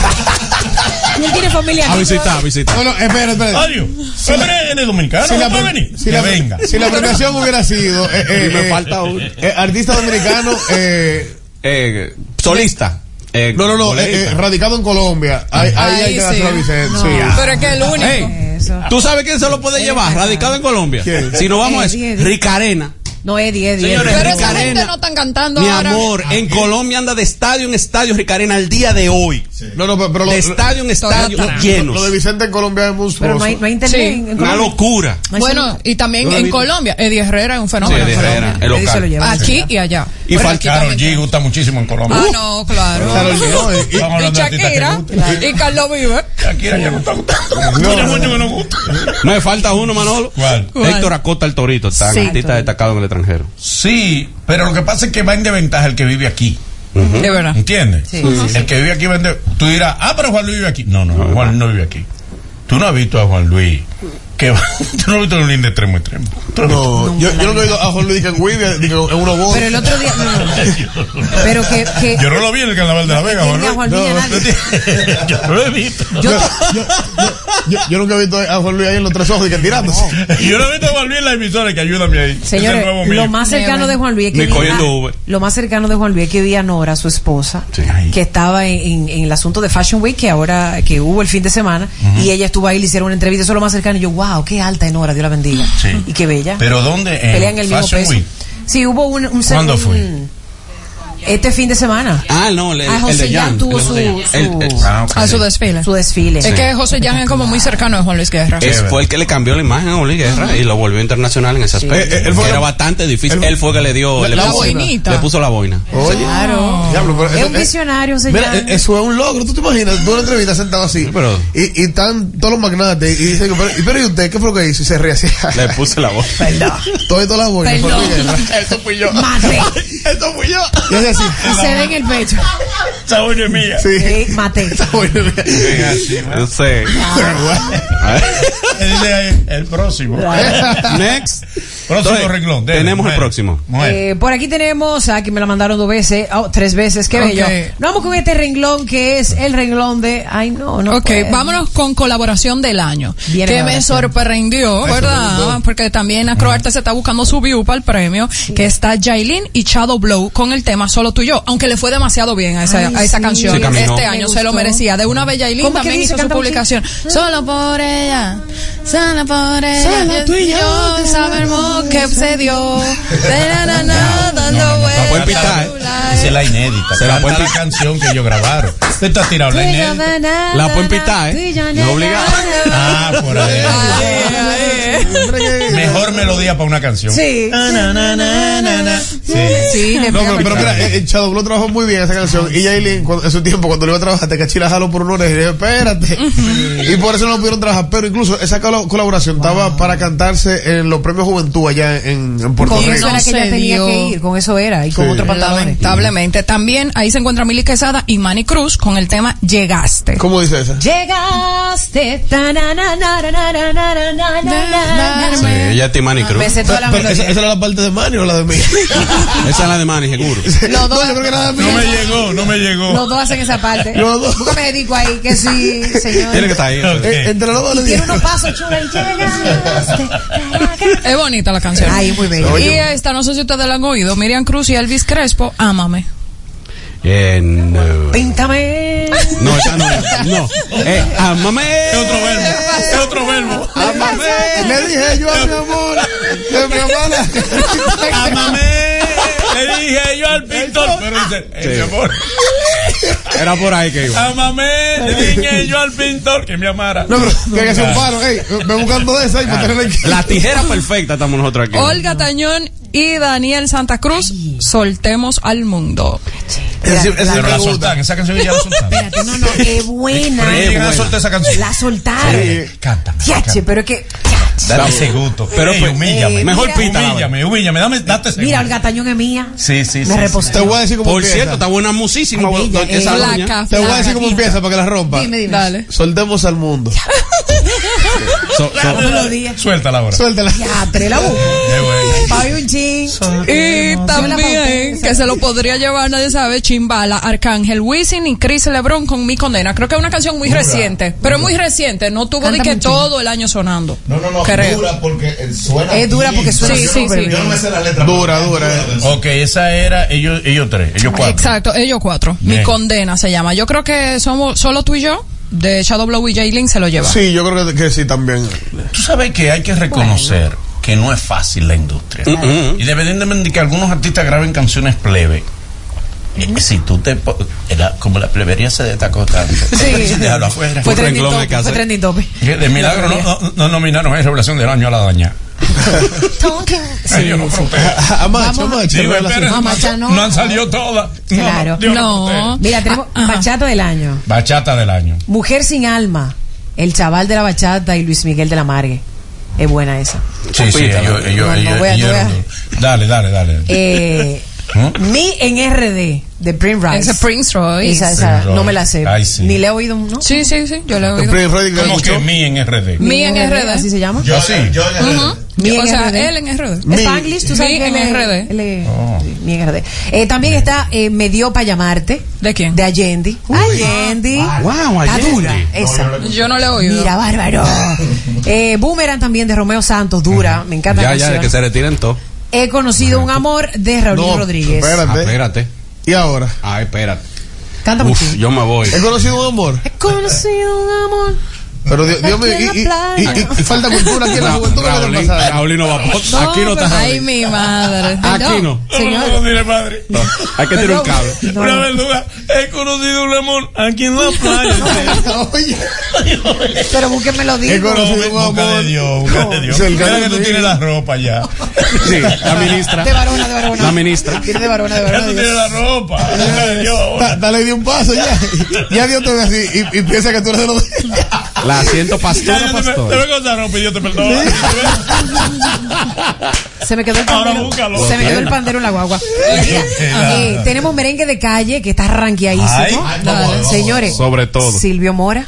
S2: Y él tiene
S9: Ah,
S2: familia
S6: A
S2: aquí,
S6: visitar, a
S2: ¿no?
S6: visitar.
S5: Bueno, espera, espera.
S9: Adiós.
S5: Si
S9: Pero
S5: la-
S9: él es dominicano,
S5: si
S9: no
S5: la
S9: puede
S5: pre-
S9: venir.
S5: si
S9: Que
S5: la-
S9: venga.
S5: Si la premiación hubiera sido. eh, eh,
S6: Y me
S5: eh,
S6: falta uno.
S5: eh, artista dominicano. Eh,
S6: Eh, solista. Eh,
S5: no, no, no. eh, eh,
S6: bolerista.
S5: radicado en Colombia. Ahí, ahí hay que
S3: sí.
S5: dárselo a Vicente.
S3: No,
S5: sí.
S3: Pero es que el único.
S2: Eso.
S6: ¿Tú sabes quién se lo puede llevar? Radicado en Colombia.
S5: ¿Quién?
S6: Si nos vamos a eso,
S2: Eddie, Eddie.
S6: Ricarena.
S2: Eh, No, Eddie, Eddie.
S6: Señores,
S2: Eddie.
S3: Pero esa
S6: Ricarena.
S3: gente no están cantando
S6: Mi
S3: ahora.
S6: amor, en Colombia anda de estadio en estadio Ricarena al día de hoy.
S5: No, no, pero, pero lo,
S6: De estadio en estadio
S3: Toyota.
S6: llenos.
S5: lo de Vicente en Colombia es monstruoso.
S2: Pero no hay, no hay internet
S3: Sí.
S2: en
S6: Una
S2: Colombia.
S6: locura.
S2: No hay
S3: Bueno,
S2: celular.
S3: y también
S6: Yo lo
S3: en
S6: vi.
S3: Colombia, Eddie Herrera es un fenómeno.
S6: Sí, Eddie
S3: en Colombia.
S6: Herrera, el
S2: Eddie se
S6: local.
S2: lo lleva.
S3: Aquí y allá.
S6: Y
S3: Pero
S6: Fal-
S3: aquí
S9: Carol
S3: también.
S9: G gusta muchísimo en Colombia.
S3: Ah, no, claro. [laughs]
S5: Carol G, no, y-
S3: Y,
S5: y-
S3: Shakira y Carlos Vives.
S9: Shakira ya no está
S5: [laughs]
S9: gustando. Tiene mucho que no gusta.
S6: Me falta uno, Manolo.
S9: ¿Cuál?
S3: ¿Cuál?
S6: Héctor Acosta el Torito, está
S3: Sí.
S6: artista destacado en el extranjero.
S9: Sí, pero lo que pasa es que va en desventaja el que vive aquí.
S3: De verdad.
S9: ¿Entiendes? El que vive aquí vende. Tú dirás, ah, pero Juan Luis vive aquí. No, no, Juan no vive aquí. Tú no has visto a Juan Luis. Que va- [laughs] tú no has visto a Juan Luis de extremo a extremo. Tú no has
S5: No, yo, yo no he oído a Juan Luis en Wivia, digo, en una voz.
S2: Pero el otro día. no, no,
S9: [laughs]
S2: no.
S9: visto.
S2: Pero que. que
S9: Yo no lo vi en el carnaval de la Vega,
S2: tiene a Juan Luis a nadie.
S9: Yo no lo he visto.
S2: yo,
S5: Yo, yo nunca he visto a Juan Luis ahí en los tres ojos y que tirándose.
S9: Yo no he visto a Juan Luis en la emisora que ayúdame ahí. Ese
S2: Señores,
S9: nuevo
S2: lo
S9: mío.
S2: más cercano de Juan Luis es que
S6: Ni cogiendo
S2: vi a-
S6: Uber.
S2: lo más cercano de Juan Luis es que vi a Nora, su esposa,
S9: Ay.
S2: que estaba en, en- en el asunto de Fashion Week que ahora que hubo el fin de semana y ella estuvo ahí le hicieron una entrevista, eso es lo más cercano y yo, wow, qué alta es Nora, Dios la bendiga
S9: Sí.
S2: y qué bella.
S9: Pero ¿dónde? En
S2: Pelean el mismo
S9: Fashion
S2: peso.
S9: Week.
S2: Sí, hubo un, un
S9: ¿Cuándo
S2: un-
S9: fue?
S2: Este fin de semana.
S6: Ah, no, el,
S2: Ah,
S6: el
S2: José
S6: de
S2: Jan
S6: Jan.
S2: tuvo
S6: el de José
S2: su-
S6: Jan. El- el-
S2: su-
S9: Ah, ok.
S3: A su desfile.
S2: Su desfile.
S3: Es que José Jan es como muy cercano de Juan Luis Guerra.
S6: Ese fue el que le cambió la imagen a Oli Guerra y lo volvió internacional en ese aspecto.
S5: Eh, eh, él fue-
S6: era bastante difícil. Él fue que le dio
S5: La-
S6: le
S5: la
S6: puso-
S3: boinita.
S6: le puso la boina.
S5: Oye,
S2: Claro.
S5: diablo, pero
S2: Es
S5: eso-
S2: un
S5: eh,
S2: visionario, señor.
S5: Mira, eh, eso es un logro, ¿tú te imaginas? Tú en una entrevista sentado así
S6: pero-
S5: y, y están todos los magnates y dicen, pero, y- pero ¿y usted qué fue lo que hizo? Y se ríe así.
S6: Le
S5: [laughs]
S6: puso la boina.
S5: Todo y toda la boina.
S3: Perdón.
S5: por mi guerra.
S9: Eso fui yo.
S6: [laughs]
S2: Mate.
S9: Eso fui yo.
S5: Y es así.
S2: Y se ve en el pecho.
S9: Esa buena es mía.
S5: Sí.
S2: Sí, Eh, mate.
S5: Bueno, mira.
S6: No sé. [laughs]
S9: Él dice, El próximo.
S6: Next.
S9: Próximo
S6: Entonces,
S9: renglón. dele,
S6: tenemos
S9: mujer.
S6: el próximo.
S9: Mujer.
S2: Eh, por aquí tenemos, aquí me la mandaron dos veces, oh, tres veces, qué
S3: Ok.
S2: bello. Nos vamos con este renglón que es el renglón de, ay no, no.
S3: ok,
S2: puedo.
S3: vámonos con colaboración del año.
S2: Viene
S3: que me
S2: colaboración.
S3: sorprendió, ¿verdad? Porque también Acroarte se está buscando su view para el premio, que está Jailin y Shadow Blow con el tema Solo tú y yo, aunque le fue demasiado bien a esa,
S2: Ay,
S3: a esa
S2: sí.
S3: canción.
S6: Sí, caminó.
S3: este
S6: Me
S3: año se lo
S2: gustó.
S3: merecía. De una vez Jailin
S2: ¿Cómo que
S3: también hizo
S2: dice?
S3: su
S2: Canta mucho.
S3: publicación. Solo por ella, solo por ella.
S2: Solo tú y yo, te
S3: sabemos que se dio. De la na- na- dando
S9: La pueden
S3: vueltas
S9: pitar,
S3: al
S9: ¿eh?
S3: celular.
S9: Esa es la inédita.
S6: Se la
S9: Canta
S6: pueden
S9: la
S6: pitar.
S9: canción que ellos grabaron. Usted está tirado la inédita.
S6: La pueden pitar, ¿eh? No obligado.
S9: Ah, por ahí.
S3: Ay, ay, ay.
S9: Mejor melodía para una canción.
S2: Sí.
S9: Na, na, na, na, na. Sí.
S3: Sí, le
S5: No,
S3: pega
S5: pero, pero mira, eh, eh, Shadow Blow trabajó muy bien esa canción. Y Jailin, cuando- en su tiempo, cuando lo iba a trabajar, te cachila jalo por un lunes. Y dije, espérate. y por eso no lo pudieron trabajar. Pero incluso esa colo- colaboración estaba para cantarse en los premios Juventud allá en, en Puerto
S2: Con
S3: Correcto.
S5: Rico.
S2: eso era que ella
S3: Se
S2: tenía
S3: dio.
S2: que ir, con eso era, y con
S5: Sí.
S2: otros pantalones.
S3: Lamentablemente. También ahí se encuentra Mili Quesada y Manny Cruz con el tema Llegaste.
S5: ¿Cómo dice esa?
S2: Llegaste. ta, na, na, na, na, na, na, na, na, na, na, na.
S6: Sí, Ella es Timani Cruz.
S2: Me sé toda la
S5: Pero esa,
S2: melodía.
S5: esa era la parte de Manny o la de mí.
S6: Esa es la de Manny, seguro.
S2: Los dos-
S5: No, yo creo que era de mí.
S2: No me
S9: llegó, no me llegó.
S2: Los dos hacen esa parte.
S5: Los dos.
S2: Porque me dedico ahí, que sí, señor.
S6: Tiene que estar ahí. entonces.
S5: Eh, Entre los dos le
S2: Y tiene
S5: dije.
S2: unos pasos chulos. y llegaste.
S3: [laughs] Es bonita la canción.
S2: Ay, muy bella.
S3: y esta, no sé si ustedes la han oído, Miriam Cruz y Elvis Crespo, Ámame.
S6: Eh, no.
S2: Píntame.
S6: No, esa no. No. Eh, ámame.
S9: Es otro verbo. Es otro verbo.
S5: Le dije yo a mi amor. Que mi amada.
S9: Amame. Le dije yo al pintor. Pero dice, eh, mi amor.
S6: Era por ahí que iba.
S9: Amame. Le dije yo al pintor que me amara. Ah.
S5: No, pero que que es un palo, ey. Ve buscando de esa y para tenerla aquí.
S6: La tijera perfecta estamos nosotros aquí.
S3: Olga Tañón y Daniel Santa Cruz, Soltemos al Mundo.
S5: Es decir, es
S9: Pero la
S5: decir,
S9: soltan. Esa canción ya la soltaron.
S2: Espérate, no, no, qué
S9: Pero
S2: buena.
S9: ellos llegan a soltar esa canción.
S2: La soltaron.
S9: Cántame.
S2: Chache, pero que. chache.
S9: Dame ese gusto. Pero
S6: pues,
S9: humíllame.
S2: eh,
S6: Mejor
S2: mira.
S6: pita. la
S9: Humíllame, humíllame. Dame, date ese
S2: Mira,
S9: gusto.
S2: Olga Tañón es mía.
S9: Sí, sí, sí.
S2: Me
S9: sí.
S5: Te
S2: repostó.
S5: voy a decir cómo
S6: Por cierto,
S5: empieza.
S6: está buena musísima.
S2: Ay,
S6: do-
S2: ella,
S6: esa
S2: eh,
S6: doña.
S3: Flaca,
S5: Te voy a
S3: flaca.
S5: decir cómo empieza para que la rompa.
S2: Dime, dime.
S3: Dale.
S5: Soltemos al mundo.
S6: So- so-
S2: Todos los días.
S9: Suéltala ahora.
S5: Suéltala.
S2: Ya, pero la busco.
S9: Qué bueno.
S2: Pague un chin.
S3: Y
S2: pauté,
S3: también que se lo podría llevar, nadie sabe, Chimbala, Arcángel, Wisin y Chris Lebron con Mi Condena. Creo que es una canción muy reciente, pero muy reciente. No tuvo ni
S2: Cántame
S3: que
S2: un chin.
S3: todo el año sonando.
S7: No, no, no,
S3: Creo.
S7: dura porque eh, suena.
S2: Es dura
S7: bien.
S2: porque suena
S3: Sí, sí,
S2: súper
S3: sí.
S2: bien.
S7: Yo no me sé la letra.
S5: Dura,
S7: pero
S5: dura,
S6: eh.
S7: es
S9: Ok, esa era ellos, ellos tres, ellos cuatro.
S3: Exacto, ellos cuatro.
S9: Bien.
S3: Mi Condena se llama. Yo creo que somos solo tú y yo. De Shadow Blow y Jaylin se lo lleva.
S5: Sí, yo creo que, que sí también.
S9: Tú sabes que hay que reconocer que no es fácil la industria.
S6: Mm, mm.
S9: Y independientemente de que algunos artistas graben canciones plebe. eh, Si tú te. po- era como la plebería se destacó tanto.
S2: Sí.
S9: [laughs] Déjalo afuera.
S2: Fue
S6: Un
S2: trending
S6: renglón hay que
S2: topic. Fue
S6: hacer.
S2: trending topic.
S9: Que De milagro no, no, no nominaron a Revelación del Año a la daña. Ay, yo no
S6: [laughs]
S9: protesta.
S6: Ah,
S5: A macho, macho.
S9: Digo, espera,
S2: No, macha, no.
S9: no han salido todas. No,
S2: Claro.
S9: Dios
S3: No.
S9: protesta.
S2: Mira, tenemos
S3: Ah, ajá.
S2: bachata del año.
S9: Bachata del año.
S2: Mujer sin alma. El chaval de la bachata y Luis Miguel de la Margue. Es buena esa.
S9: Sí, sí,
S6: Compita.
S9: ellos, ellos,
S2: No, no,
S9: ellos-
S2: voy a-
S9: ellos-
S2: voy
S9: Dale, dale, dale.
S2: Eh,
S9: ¿Mm?
S2: Mi en RD de Prince Rice.
S3: Ese Prince Royce.
S2: Esa, esa,
S9: Prince Royce.
S2: no me la sé.
S9: Ay, sí.
S2: Ni le he oído, ¿no?
S3: Sí, sí, sí, yo le he oído.
S5: Prince Freddy que
S9: Como que
S5: escuchó.
S9: mí en RD.
S3: Mi en RD.
S2: ¿Así se llama?
S9: Yo sí.
S3: Ujú.
S2: Mi
S3: O sea,
S2: NRD.
S3: él en RD.
S5: Mi-
S2: Spanglish, tú sabes
S3: Mi
S2: que
S3: en
S2: él es-
S3: RD.
S2: él es-
S9: Oh.
S2: sí, Mi en RD. Eh, también está eh, Me dio para llamarte.
S3: ¿De quién?
S2: De Allende. Allende.
S6: Wow,
S2: Está
S6: Allende.
S2: dura. Esa.
S3: Yo no le he oído.
S6: [laughs]
S2: Mira, bárbaro. Eh, Boomerang también de Romeo Santos, dura. Me encanta la
S6: Ya, ya, de
S2: canción.
S6: que se retiren todos.
S2: He conocido un amor de Raúl
S5: No,
S2: Rodríguez.
S5: espérate.
S6: Ah, espérate.
S5: Y ahora.
S6: Ah, espérate.
S2: Canta
S6: Uf, yo me voy.
S5: He conocido un amor.
S2: He conocido un amor.
S5: Pero Dios, Dios mío, y, y- y- y- y falta cultura aquí en la
S6: Ra-
S5: juventud. ¿qué le
S6: Raulín-
S5: pasa?
S6: Raulino va
S3: No,
S6: Aquí no está
S3: pero- Ay,
S6: Raulín.
S3: mi madre.
S6: Aquí no.
S9: No, dile padre.
S6: Hay que tirar un cable.
S2: No,
S9: Una
S2: no.
S9: verduga. He conocido un amor aquí en la playa.
S5: Oye.
S2: Pero búsquenme lo
S5: He
S2: digo.
S5: conocido un
S9: Boca de Dios,
S5: amor.
S9: boca de Dios.
S5: Es el
S9: Mira que
S5: gallo
S9: tú
S5: de-
S9: tienes la ropa ya.
S6: Sí,
S2: [laughs]
S6: la ministra.
S2: De varona, de varona.
S6: La ministra.
S2: Viene de varona, de
S9: Ya
S2: varona.
S9: tú
S2: digo.
S9: tienes la ropa. Boca de Dios.
S5: Da- Dale di un paso
S9: [laughs]
S5: ya. Ya Dios te ve así y, y piensa que tú eres de los
S6: La asiento
S9: Ya
S6: pastora,
S9: yo te, te
S6: pastor.
S9: veo con esa ropa y yo te perdono.
S2: Se me quedó el
S9: Ahora
S2: pandero.
S9: búscalo.
S2: Se me quedó el pandero en la guagua. Eh, tenemos merengue de calle que está
S9: Ay,
S2: ranqueadísimo.
S9: ay,
S2: Señores.
S6: Sobre todo.
S2: Silvio Mora.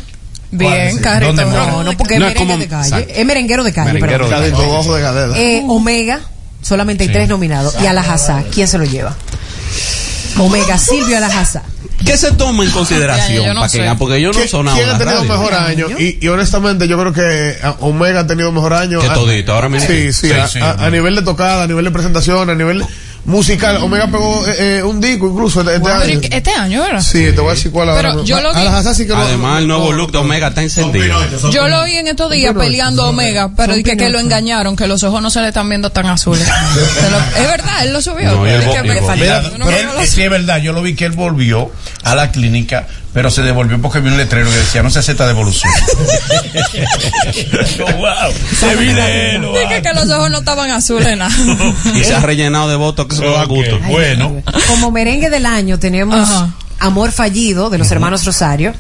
S3: Bien, Carrito.
S9: ¿Dónde mora?
S2: No, no, porque es
S6: No, es
S2: merengue
S6: como-
S2: de calle.
S6: exacto.
S2: Es merenguero de calle,
S6: Merenguero
S2: perdón.
S6: de
S5: Cadento bajo de cadera.
S2: Eh, Omega, solamente hay
S9: Sí.
S2: tres nominados. Y Alajazá, ¿quién se lo lleva? Omega, Silvio Alajazá.
S6: ¿Qué se toma en
S3: Ya, ya, yo
S6: consideración?
S3: no
S6: para que
S3: sé.
S6: gane? Porque yo no
S5: ¿Qui-
S6: sonaba.
S5: ¿Quién
S6: en la
S5: ha tenido
S6: radio.
S5: mejor año? Y, y honestamente, yo creo que ah, Omega ha tenido mejor año.
S6: Que
S5: Ah,
S6: todito, ahora mismo.
S5: Sí, sí,
S9: Sí,
S5: a,
S9: sí.
S5: a- a nivel de tocada, a nivel de presentación, a nivel musical. Omega pegó eh, eh, un disco incluso este, este año.
S3: Este año, ¿verdad?
S5: Sí, te voy a decir cuál
S3: Pero
S5: ahora.
S3: yo lo
S5: A
S3: vi-
S5: las asas sí que lo-
S6: Además, el nuevo
S5: no,
S6: look de Omega está
S7: Son
S6: encendido.
S7: pinochos, son
S3: Yo lo
S7: pinochos.
S3: oí en estos días peleando a Omega, pero dije que lo engañaron, que los ojos no se le están viendo tan azules.
S5: [laughs]
S3: Se lo- es verdad, él lo subió.
S6: No, y el
S3: Dije
S6: bo-
S3: que
S6: y el
S3: me
S6: bo-
S3: faltó.
S9: Mira,
S3: Yo no
S9: pero
S3: me
S9: él-
S3: lo-
S9: sí es verdad, yo lo vi que él volvió a la clínica, pero se devolvió porque vio un letrero que decía no se
S6: [laughs]
S9: acepta devolución. Yo, wow, se vine lo
S3: Dije que los ojos no estaban azules, nada.
S6: Y se ha rellenado de votos que se lo da
S9: Ok.
S6: gusto.
S2: Ay,
S9: Bueno.
S2: Como merengue del año tenemos
S3: Ajá.
S2: Amor Fallido de los hermanos Rosario.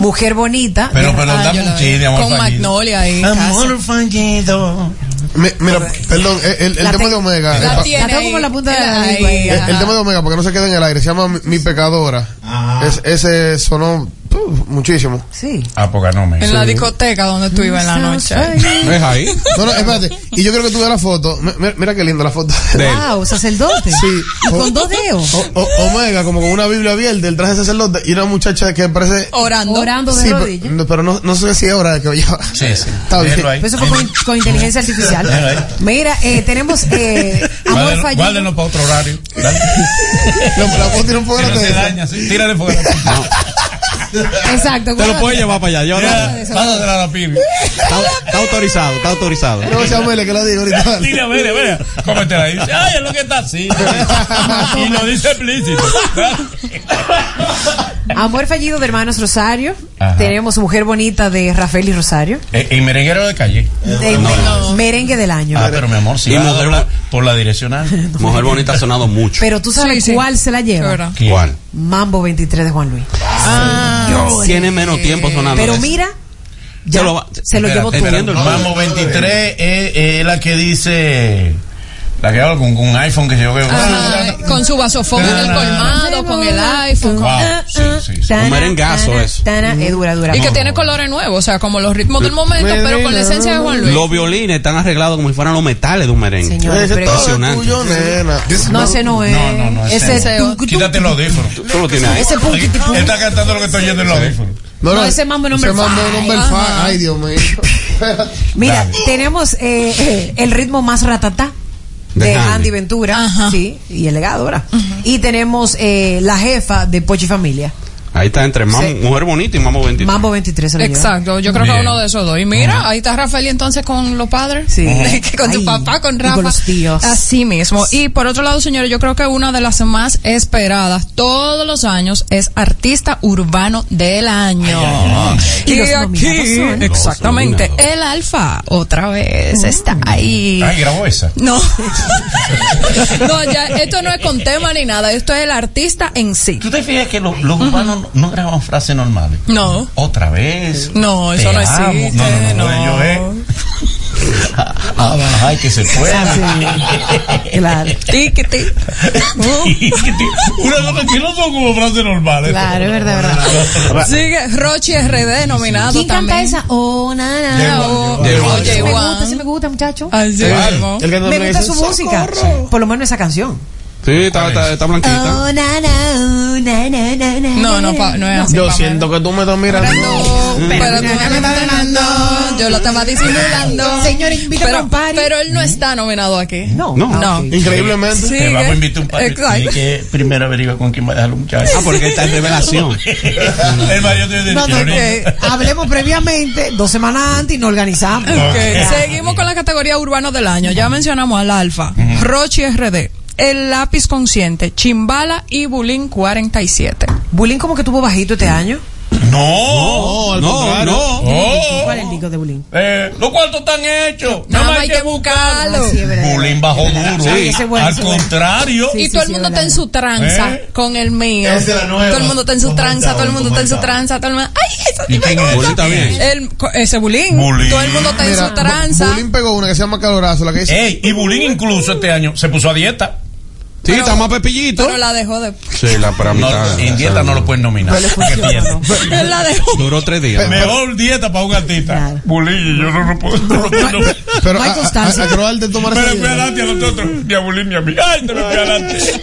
S2: Mujer Bonita.
S9: Pero,
S2: de-
S9: pero
S3: Ah,
S9: dame
S3: yo
S9: un
S3: lo
S9: chiste,
S3: vi.
S9: amor.
S3: Con
S9: fallido.
S3: Magnolia ahí.
S9: Amor fallido.
S5: Mi- Mira, perdón, el- el, el
S2: La
S5: tema
S2: te-
S5: de Omega. eh,
S3: La
S5: pa-
S3: tiene
S2: La tengo
S3: ahí.
S2: como la punta de la
S3: Ahí,
S2: lengua ahí,
S3: Ah.
S5: El, el tema de Omega, para que no se quede en el aire, se llama Mi, Mi Pecadora. Es- ese sonó uh,
S8: Muchísimo.
S2: Sí.
S9: Ah, porque no me.
S3: En la discoteca donde tú ibas en la noche.
S9: ¿No es ahí?
S8: No, no, espérate. Y yo creo que tú veas la foto. Mi- Mira, mira qué linda la foto.
S9: De él.
S2: Wow, sacerdote.
S8: Sí.
S2: Con dos dedos.
S8: O- o- Omega, como con una Biblia abierta, el traje de sacerdote y una muchacha que parece.
S3: Orando.
S2: Orando de
S8: Sí,
S2: rodillas.
S8: pero, no, pero no, no sé si es ahora que lleva.
S9: Sí, sí.
S8: Está bien.
S9: Déjenlo ahí.
S2: Eso fue con, con inteligencia
S9: Déjalo ahí.
S2: artificial. Mira, eh, tenemos eh, amor
S9: Guárdenlo,
S2: fallido.
S9: guárdenlo para otro horario. Dale.
S8: No, la foto tiene un
S9: Que
S8: poco
S9: no
S8: de
S9: se
S8: esa.
S9: daña, sí. Tírale fuera.
S2: Exacto.
S6: Te lo
S2: guarda.
S6: puedes llevar para allá. Yo no-
S9: Ya, Pásatela a la pibe.
S6: está, está autorizado, está autorizado.
S8: No sea Mele que la digo ahorita.
S9: Mira, mira, mira. Cómetela ahí. Dice, ay, es lo que está así. Y lo dice explícito.
S2: Amor fallido de Hermanos Rosario.
S9: Ajá.
S2: Tenemos Mujer Bonita de Rafael y Rosario.
S9: Eh, Y merenguero de calle.
S2: De- Merengue del año.
S9: Ah, pero mi amor, si
S6: Y
S9: va
S6: mujer
S9: por-
S6: blan-
S9: por la direccional.
S6: Mujer bonita ha sonado mucho.
S2: Pero tú sabes
S3: Sí, sí.
S2: cuál se la lleva.
S3: Llora.
S6: ¿Cuál?
S2: Mambo 23 de Juan Luis.
S6: Ah. Tiene menos tiempo sonando.
S2: Pero
S6: esa.
S2: mira, ya,
S6: Se lo va-
S2: se lo
S6: espérate,
S2: llevó todo.
S6: espérate. Entiendo el
S9: Vamos, 23 es, es la que dice. La que habla con, con un iPhone que yo veo.
S3: Ajá, Ah, eh, con su vasofón en el colmado, con el iPhone. con-
S9: Wow, sí, sí, sí.
S2: Tana,
S6: Un merengazo
S2: tana,
S6: eso.
S2: tana, es dura, dura.
S3: Y que tiene colores nuevos, o sea, como los ritmos del momento, pero con la esencia de Juan Luis.
S6: Los violines están arreglados como si fueran los metales de un merengue.
S2: Señores,
S8: Ese
S2: pero-
S8: todo es
S6: Impresionante.
S8: tuyo, nena.
S2: No, ese no es.
S9: No, no, no, ese
S2: Ese es
S3: no.
S2: tuncu, tuncu,
S9: Quítate los audífonos.
S6: Tú lo tienes ahí.
S2: Ese punky tipo.
S9: Él está cantando lo que estoy oyendo en los audífonos.
S2: No, ese Mambo
S8: ese
S2: number
S8: mambo
S2: five.
S8: number
S3: Ajá.
S8: five. Ay, Dios
S9: [laughs]
S8: mío.
S2: Mira,
S9: Dale.
S2: tenemos eh, eh, el ritmo más ratatá de,
S6: De Andy.
S2: Andy Ventura,
S3: Ajá.
S2: sí, y el legado ahora. Y tenemos eh, la jefa de Pochi Familia,
S6: Ahí está entre Mam-
S2: Sí.
S6: Mujer Bonita y Mambo 23.
S2: Mambo 23. se lo lleva.
S3: Exacto, yo creo que
S9: Bien.
S3: uno de esos dos. Y mira, ahí está Rafael y entonces con los padres,
S2: Sí.
S3: [laughs] Que con tu
S2: Ay,
S3: papá,
S2: y
S3: con
S2: con
S3: Rafa.
S2: los tíos.
S3: Así mismo. Y por otro lado, señores, yo creo que una de las más esperadas todos los años es Artista Urbano del Año.
S2: Y
S9: Ah,
S3: Y,
S2: los nominados
S3: aquí,
S2: son- Mm.
S3: exactamente,
S6: Los
S3: el Alfa otra vez está ahí.
S9: Ay, grabó esa.
S3: No. [laughs] no, ya, esto no es con tema ni nada, esto es el artista en sí.
S9: ¿Tú te fijas que los, los urbanos no- no graban frases normales?
S3: No.
S9: Otra vez.
S3: No, eso
S9: Te
S3: no
S9: amo.
S3: existe,
S9: No, no, no.
S3: no.
S9: Yo, eh. Ah, ay, que se [laughs] puede.
S2: Claro.
S3: Tiki, tiki. Uh.
S9: Una cosa que no son como frases normales.
S2: Claro, es verdad, es verdad.
S3: Sigue Rochi RD nominado
S2: ¿Quién canta
S3: también.
S2: esa? Oh, na, na,
S9: Yeguan,
S3: Oh,
S9: Yeguan.
S3: oh,
S2: Sí me gusta,
S3: Yeguan.
S2: sí me gusta, muchacho.
S3: Así mismo.
S8: El que no
S2: Me gusta
S8: dice,
S2: su música. Por lo menos esa canción.
S6: Sí, está, está, está blanquita.
S2: Oh, na, na, oh, na, na, na, na,
S3: No, no, pa- no es así.
S8: Yo
S3: Pamela.
S8: siento que tú me estás mirando.
S3: Pero tú no me estás ganando. Yo lo estaba disimulando.
S2: Señor, invítame a
S3: pero,
S2: un party.
S3: pero él no está nominado aquí.
S2: No.
S6: No.
S3: No.
S2: ok.
S8: Increíblemente.
S3: Sí,
S9: Te vamos a
S3: que-
S9: invitar un par
S3: Exacto.
S9: de que primero averigua con quién va a dejar los muchachos.
S6: Ah, porque está en
S9: [laughs]
S6: revelación.
S9: El marido te dice,
S2: No, no,
S9: "Yo
S2: que hablemos previamente, dos semanas antes y nos organizamos.
S3: Ok, Seguimos con la categoría urbano del año. Ya mencionamos al Alfa, Rochi RD, El Lápiz Consciente, Chimbala y Bulín 47.
S2: Bulín como que tuvo bajito este año.
S6: No,
S9: No,
S6: no.
S9: Oh. no.
S2: ¿Cuál es el disco de Bulín?
S9: Eh, los cuartos están hechos. Nada más hay que
S3: buscarlo.
S2: Sí, es verdad.
S9: Bulín bajó duro.
S6: Sí,
S2: ese bueno,
S9: Al
S2: ese bueno.
S9: contrario.
S2: Sí,
S3: y todo el mundo está en su tranza
S9: ¿Eh?
S3: con el mío.
S9: Esa es la nueva.
S3: Todo el mundo está en su
S9: ¿Cómo
S3: tranza,
S9: está?
S3: todo el mundo
S9: ¿Cómo
S3: está en su
S9: está?
S3: tranza, todo el mundo. ¡Ay, eso
S9: ¿Y
S3: sí me
S9: quién es?
S3: gusta!
S6: Está bien.
S3: El- co- ese bulín.
S9: Bulín.
S3: Todo el mundo está en su tranza.
S8: Bulín pegó una que se llama Calorazo, la que dice.
S9: Ey, y Bulín incluso este año se puso a dieta.
S6: Sí, está más pepillito.
S3: Pero la dejó
S9: [laughs]
S3: de. [laughs]
S6: Sí, la para
S9: No, en dieta no lo pueden nominar. Porque pierde.
S3: Él la dejó.
S6: Duró tres días.
S9: Mejor dieta para un artista.
S2: Claro.
S9: Bulín, yo no lo puedo. No lo puedo nominar.
S8: Pero a-
S2: Hay
S8: a- a
S2: constancia.
S8: Acroal de tomar
S9: Pero
S8: esa
S9: fui
S8: idea.
S9: adelante a nosotros, ni a Bulín ni a mí. Ay, te me fui adelante.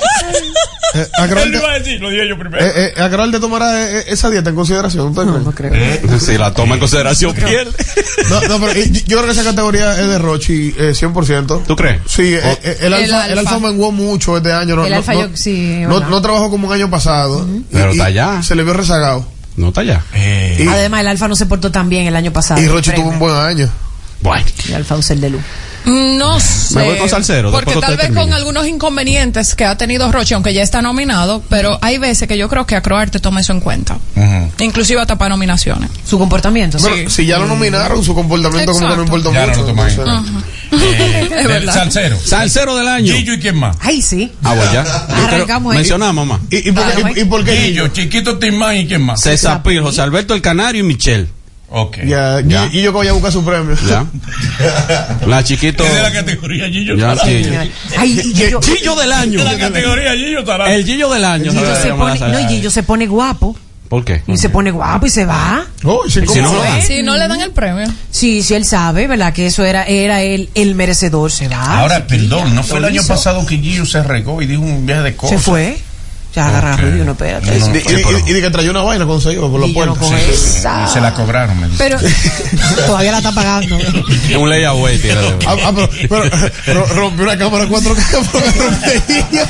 S8: Eh, a Acroal
S9: Él lo
S8: de-
S9: iba a decir, lo dije yo primero.
S8: eh, eh, Acroal de tomar eh, esa dieta en consideración. ¿ustedes creen?
S2: No creo.
S6: Eh, Si la toma en consideración, pierde. [laughs]
S8: No, no, pero eh, yo yo creo que esa categoría es de Rochi eh, 100%.
S6: ¿Tú crees?
S8: Sí, eh, eh, el,
S3: El
S8: alfa, el
S3: Alfa.
S8: alfa menguó mucho este año. No,
S2: El
S8: no-
S2: Alfa
S8: no-
S2: yo- sí,
S8: no,
S2: verdad.
S8: no trabajó como un año pasado. y-
S6: Pero está
S8: y
S6: allá.
S8: Se le vio rezagado.
S6: No está allá.
S9: Eh,
S8: Y,
S2: Además, el Alfa no se portó tan bien el año pasado.
S8: y Rochi tuvo un
S2: Frente.
S8: buen año.
S6: Bueno.
S2: El Alfa usa el de luz.
S3: No sé.
S6: voy con Salsero,
S3: Porque
S6: después
S3: tal
S6: usted
S3: vez
S6: termina.
S3: con algunos inconvenientes que ha tenido Roche, aunque ya está nominado, pero hay veces que yo creo que Acroarte toma eso en cuenta. Inclusive hasta para nominaciones.
S2: Su comportamiento.
S8: Bueno, si ya lo nominaron, su comportamiento como que no
S3: Exacto.
S8: importó
S9: Ya no
S8: mucho.
S9: lo toman en
S8: entonces-
S9: eh,
S3: Es
S9: del
S3: verdad.
S9: Salsero.
S6: Salsero del año.
S9: Gillo y quién más.
S2: Ay, sí.
S6: Ah, bueno, ya. Yo creo-
S2: Arrancamos ahí.
S6: Mencionamos, mamá.
S8: ¿Y, y por qué, y- y por qué
S9: Gillo, Chiquito Timán y quién más.
S6: César Pil, José Alberto el Canario y Michelle.
S9: Ok.
S8: Ya,
S6: Ya.
S8: Y, y yo que voy a buscar su premio.
S6: Ya. La chiquito.
S9: Esa es la categoría Gillo.
S6: Ya,
S9: Tarán.
S6: sí.
S2: Ay, y Gillo,
S6: Gillo del año.
S9: Esa es la categoría Gillo Tarán.
S6: El Gillo del año.
S2: Gillo
S6: ¿sabes?
S2: se
S6: Vamos a
S2: pone,
S6: saber.
S2: no, y Gillo se pone guapo.
S6: ¿Por qué?
S2: Y se pone guapo y se va.
S5: Oh,
S6: ¿Y si no lo dan?
S3: Si no le dan el premio.
S2: Sí, sí, él sabe, ¿verdad? Que eso era, era él, el merecedor, se va.
S9: Ahora,
S2: se quilla,
S9: perdón, ¿no fue el
S2: lo
S9: año
S2: hizo.
S9: pasado que Gio se regó y dijo un viaje de cosas?
S2: Se fue. Ya agarraron y uno, espérate.
S9: No, no,
S5: Y, y- y- y de que trayó una vaina cuando se iba por los
S2: Y yo no
S5: puertos.
S2: con esa.
S9: Y se la cobraron, me dice.
S3: Pero
S2: [laughs] Todavía la está pagando.
S6: Un layaway tiene.
S5: Ah, ah, pero, pero, ro- rompió una cámara 4K porque rompería.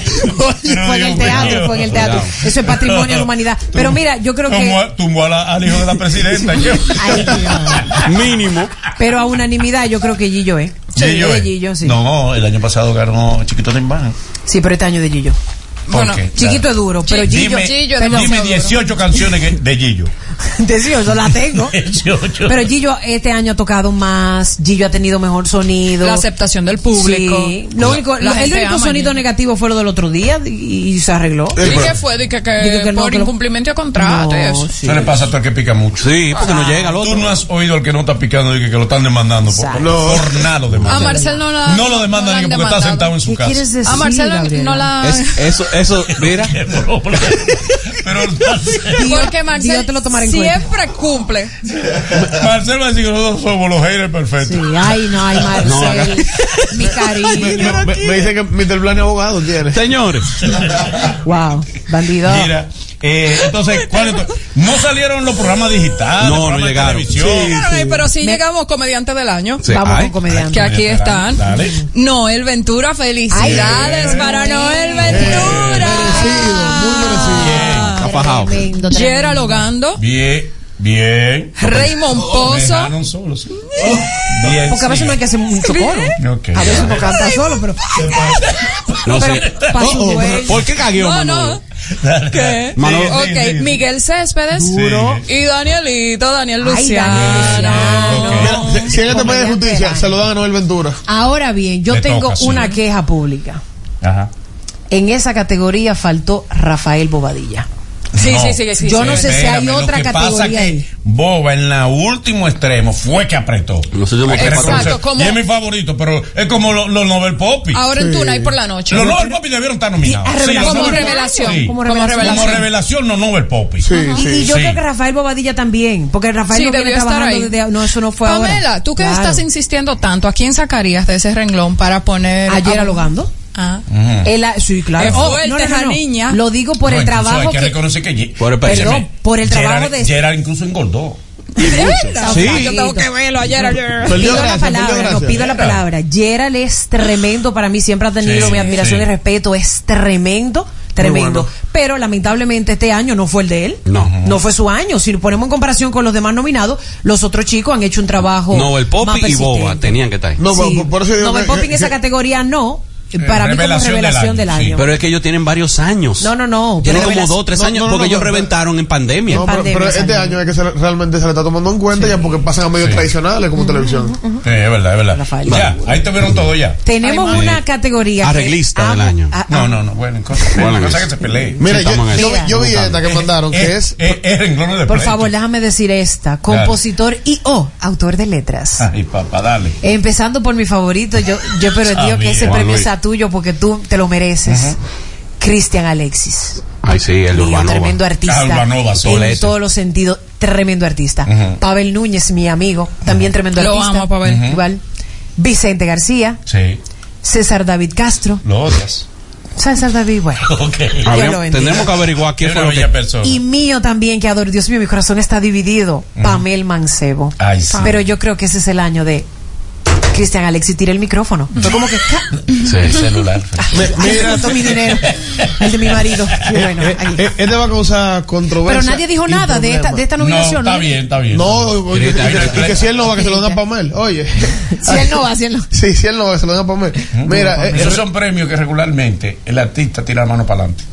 S5: Oye,
S2: Fue en el teatro, fue en el teatro. Eso es patrimonio de la humanidad. Pero mira, yo creo
S13: Tumbó,
S2: que.
S13: a- tumbó a la- al hijo de la presidenta. yo.
S2: Ay, Dios.
S6: Mínimo.
S2: Pero a unanimidad, yo creo que Gillo es.
S9: Gillo,
S2: de
S9: ¿eh?
S2: Gillo, sí.
S9: No, el año pasado ganó Chiquito de Inván.
S2: Sí, pero este año de Gillo.
S3: Bueno,
S2: Chiquito es duro, pero Gillo.
S9: Dime,
S3: Gillo es
S2: perdón,
S9: dime
S3: demasiado
S9: 18 canciones que- de Gillo.
S2: [laughs] Te digo, yo la tengo.
S9: 18.
S2: Pero Gillo este año ha tocado más, Gillo ha tenido mejor sonido.
S3: la aceptación del público.
S2: Sí. Lo único,
S3: La
S2: lo- el
S3: gente
S2: único
S3: ama
S2: sonido
S3: a Gillo.
S2: negativo fue lo del otro día y, y se arregló.
S3: ¿Y qué fue? Dije que,
S2: Dije que no,
S3: por
S2: que lo-
S3: incumplimiento de contrato y eso.
S2: No, sí.
S9: Eso le pasa a todo el que pica mucho.
S6: Sí, porque no llega al
S9: Tú
S6: otro.
S9: no has oído al que no está picando y que, que lo están demandando. Por,
S2: Exacto.
S9: no. por nada lo
S3: A
S9: demandan.
S3: Marcel no la.
S9: No lo demandan
S3: la
S9: ni
S3: han
S9: porque está sentado
S3: demandado.
S9: en su
S2: ¿Qué
S9: casa.
S2: quieres decir?
S3: A Marcel
S2: Gabriela?
S3: no la.
S6: Es- eso, eso, mira.
S9: [laughs] Qué problema. Pero Marcel-
S2: Dios-
S3: [laughs] Porque Marcel
S2: Dios te lo tomará en cuenta.
S3: siempre cumple.
S9: Marcel va a decir que nosotros somos los haters
S2: Sí,
S9: perfectos.
S2: ay, no, ay, Marcel.
S6: No, haga-
S5: [laughs]
S2: mi cariño.
S5: Me, me dice que Mr. Blaney abogado tiene.
S6: Señores,
S2: wow, bandido.
S9: Mira, eh, entonces, ¿cuál es tu- No salieron los programas digitales.
S6: No, no
S9: programas de
S6: llegaron.
S9: televisión.
S3: Pero, ay, pero sí
S2: Me-
S3: llegamos comediante del año.
S6: Sí,
S2: Vamos
S6: ay,
S2: con comediante.
S3: Que aquí
S9: Dale.
S3: están.
S9: Dale.
S3: Noel Ventura, felicidades
S2: Ay,
S3: para
S2: sí.
S3: Noel Ventura.
S5: merecido, muy merecido.
S6: está fajado.
S2: Tremendo,
S3: Gerald
S2: tremendo.
S3: Ogando,
S9: Bien, bien.
S3: Raymond
S9: Me
S3: Pozo. Oh.
S9: dejaron solo, sí. Bien,
S2: Porque a veces
S9: sí.
S2: no hay que hacer mucho coro.
S3: [laughs]
S9: Ok.
S2: A veces uno canta solo, pero.
S6: No sé.
S2: Para su dueño.
S6: ¿Por qué cagueó,
S3: No,
S6: Manolo?
S3: no. ¿Qué?
S6: Manolo.
S3: Ok, Miguel Céspedes.
S9: Duro.
S3: Y Danielito, Daniel
S2: Ay,
S3: Luciano.
S2: Daniel.
S5: Mira, si- si en este país hay
S2: Comediante del
S5: justicia,
S2: año.
S5: se lo dan a Noel Ventura.
S2: Ahora bien, yo
S9: Le
S2: tengo
S9: toca, sí.
S2: una queja pública.
S9: Ajá.
S2: En esa categoría faltó Rafael Bobadilla.
S3: Sí,
S9: No.
S3: sí, sí, sí.
S2: Yo
S3: sí.
S2: no sé si hay
S9: Espérame,
S2: otra
S9: lo que pasa
S2: categoría
S9: que
S2: ahí.
S9: Boba en la último extremo fue que apretó.
S6: Nosotros
S9: Hay que
S6: hemos-
S3: Exacto,
S9: reconocer.
S3: como-
S9: Y es mi favorito, pero es como los los Nobel Poppy.
S3: Ahora en Tunay por la noche.
S9: Los Nobel Poppy debieron estar nominados.
S2: Y- ah, revelación.
S9: los
S3: Como
S9: Nobel-
S3: revelación.
S9: Sí.
S3: Como
S9: Como
S3: revelación.
S2: revelación.
S9: revelación, los Nobel Poppy.
S2: Y,
S5: Sí,
S2: y yo
S9: sí.
S2: creo que Rafael Bobadilla también, porque Rafael
S3: Sí,
S2: no viene
S3: debió estar
S2: trabajando
S3: ahí.
S2: desde- No, eso no fue ahora.
S3: Pamela, tú que
S2: Claro.
S3: estás insistiendo tanto, ¿a quién sacarías de ese renglón para poner.
S2: Ayer
S3: a-
S2: alogando.
S3: Ah.
S2: Él ha- sí, claro. Oh,
S3: Es fuerte esa niña.
S2: Lo digo por
S9: No,
S2: el
S9: incluso hay
S2: trabajo
S9: que,
S2: que...
S9: reconocer que Ye-
S6: Por el-
S9: Óyeme,
S2: Perdón, por el trabajo
S9: Gerard-
S2: de-
S9: Gerard incluso engordó.
S3: ¿De verdad?
S2: Sí.
S3: Yo tengo que verlo ayer. ayer.
S5: Perdió
S2: Pido la
S5: gracia, perdió
S2: palabra, no,
S5: gracia.
S2: pido la palabra. Gerald es tremendo para mí, siempre ha tenido
S9: Sí,
S2: mi admiración
S9: sí.
S2: y respeto, es tremendo, tremendo. Pero lamentablemente este año no fue el de él,
S6: No.
S2: fue su año. Si lo ponemos en comparación con los demás nominados, los otros chicos han hecho un trabajo.
S6: No, el
S2: más
S6: Poppy y
S2: persistente.
S6: Boba tenían que estar ahí.
S5: No,
S2: Sí.
S5: por, por eso eh, digo
S2: No,
S5: que-
S2: el Poppy en
S5: que-
S2: esa
S5: que-
S2: categoría no, para mí como
S9: eh, revelación del
S2: revelación del
S9: año,
S2: año.
S9: sí.
S6: Pero es que ellos tienen varios años.
S2: No, no, no.
S6: Tienen como
S2: Pero revelación-
S6: dos o tres
S5: no,
S6: años
S5: no, no,
S6: porque
S5: no,
S6: ellos
S5: pero-
S6: reventaron en pandemia.
S5: No, pero,
S2: pandemia,
S5: pero este
S2: pandemia.
S5: año es que se, le- realmente se le está tomando en cuenta ya porque pasan a medios
S9: Sí.
S5: tradicionales como televisión.
S9: Sí, es verdad, es verdad.
S2: Rafael.
S9: Ya, ahí tuvieron todo ya.
S2: Tenemos
S3: Ay,
S2: una categoría. que
S6: Arreglista del
S2: amo,
S6: año.
S3: ah,
S2: a-
S9: No,
S2: amo.
S9: no, no, bueno, cosas
S6: Bueno,
S9: cosa
S6: es-
S9: que se peleen.
S5: Mira,
S6: Sí,
S5: yo,
S6: estamos en
S5: yo,
S2: eso.
S5: yo vi esta que mandaron
S2: Eh,
S5: que es
S9: Es, es renglones eh, de
S2: Por
S9: pleito.
S2: favor, déjame decir esta. Compositor y o autor de letras.
S6: Ah.
S9: Ay, papá, dale.
S2: Empezando por mi favorito, yo, yo espero en Dios que ese
S9: Juan
S2: premio
S6: Luis.
S2: sea tuyo porque tú te lo mereces. Cristian Alexis.
S6: Ay, sí, el
S2: Mío,
S6: urbano.
S2: tremendo
S9: Ah,
S2: artista.
S9: Urbanova,
S2: en
S9: Solete.
S2: todos los sentidos, tremendo artista. Pavel Núñez, mi amigo, también tremendo
S3: Lo
S2: artista.
S3: amo a Pavel. Ujú.
S2: Igual. Vicente García,
S9: Sí,
S2: César David Castro.
S9: lo odias. [laughs]
S2: César David, bueno.
S9: Ok.
S2: Ah,
S6: Habría-
S2: lo bendiga.
S6: tendremos que averiguar quién
S9: Es
S6: fue
S9: una
S6: lo que-
S9: bella persona.
S2: Y mío también, que adoro. Dios mío, mi corazón está dividido. Pamel Mancebo.
S9: Ay, sí.
S2: Pero yo creo que ese es el año de Cristian Alexis tira el micrófono. Fue como que ¡ca!
S9: [laughs]
S2: [laughs]
S9: El celular.
S2: Ay, se cortó mi dinero, el de mi
S9: [laughs]
S2: marido. Y bueno,
S5: Eh,
S2: ahí.
S5: eh, este va a causar controversia.
S2: Pero nadie dijo
S5: y
S2: nada de esta,
S5: problema.
S2: de esta
S9: No,
S2: nominación.
S9: está bien, está bien.
S5: No, y que, y que- y que si él no va, que se lo dan a Pamel. Oye.
S2: Si él no va, si él no.
S5: Sí, si él no va, que se lo dan a Pamel. Mira, eh, eh,
S9: Esos son premios que regularmente el artista tira la mano para adelante.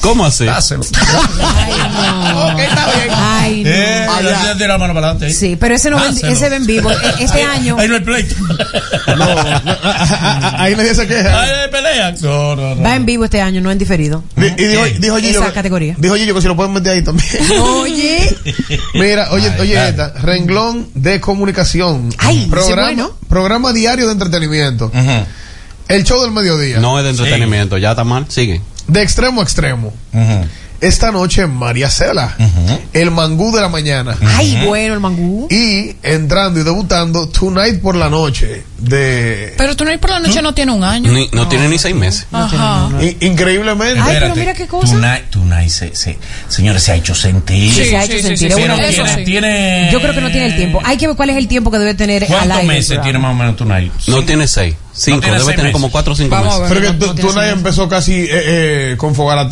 S6: ¿Cómo así?
S9: Dáselo.
S2: Ay, no.
S9: [laughs] Ok, está bien.
S2: Ay, no.
S9: Eh, Ah, el artista tira la mano para adelante.
S2: Sí, pero ese no ven-
S9: Dáselo.
S2: ese ven vivo. E- Este año.
S9: Ahí no hay pleito.
S5: no, a- a- a- ahí nadie se
S9: Ahí
S5: queja.
S9: no hay pelea. No, no, no.
S2: Va en vivo este año, no en diferido.
S5: Di- Y dijo, dijo
S2: Esa
S5: Gillo. que-
S2: categoría.
S5: Dijo Gillo que si lo pueden meter ahí también.
S2: Oye.
S5: Mira, oye,
S9: Ay,
S5: oye
S9: ay.
S5: esta, renglón de comunicación.
S2: Ay, ese
S5: programa,
S2: bueno.
S5: programa diario de entretenimiento.
S9: Ujú.
S5: El show del mediodía.
S6: No es de entretenimiento, ya está mal. Sigue.
S5: De extremo a extremo.
S9: Ujú.
S5: esta noche en María Cela. Uh-huh. El mangú de la mañana.
S2: Ay, bueno, el mangú.
S5: Y entrando y debutando Tonight por la noche. De...
S3: Pero Tonight por la noche no, no tiene un año.
S6: Ni, no, no, tiene ni seis meses.
S5: No Ajá. Ni Increíblemente.
S2: Ay, pero mira qué cosa.
S9: Tonight, tonight se, se, señores, se ha hecho sentir.
S2: Sí, se ha hecho sí, sentir. Sí,
S9: bueno, tiene, tiene...
S2: Yo creo que no tiene el tiempo. Hay que ver cuál es el tiempo que debe tener.
S9: ¿Cuántos meses tiene más o menos Tonight?
S6: No ¿Sí? tiene seis. Cinco, no debe tener meses. como cuatro o cinco Vamos
S5: meses. Pero que Tonight empezó casi eh, eh, con Fogarate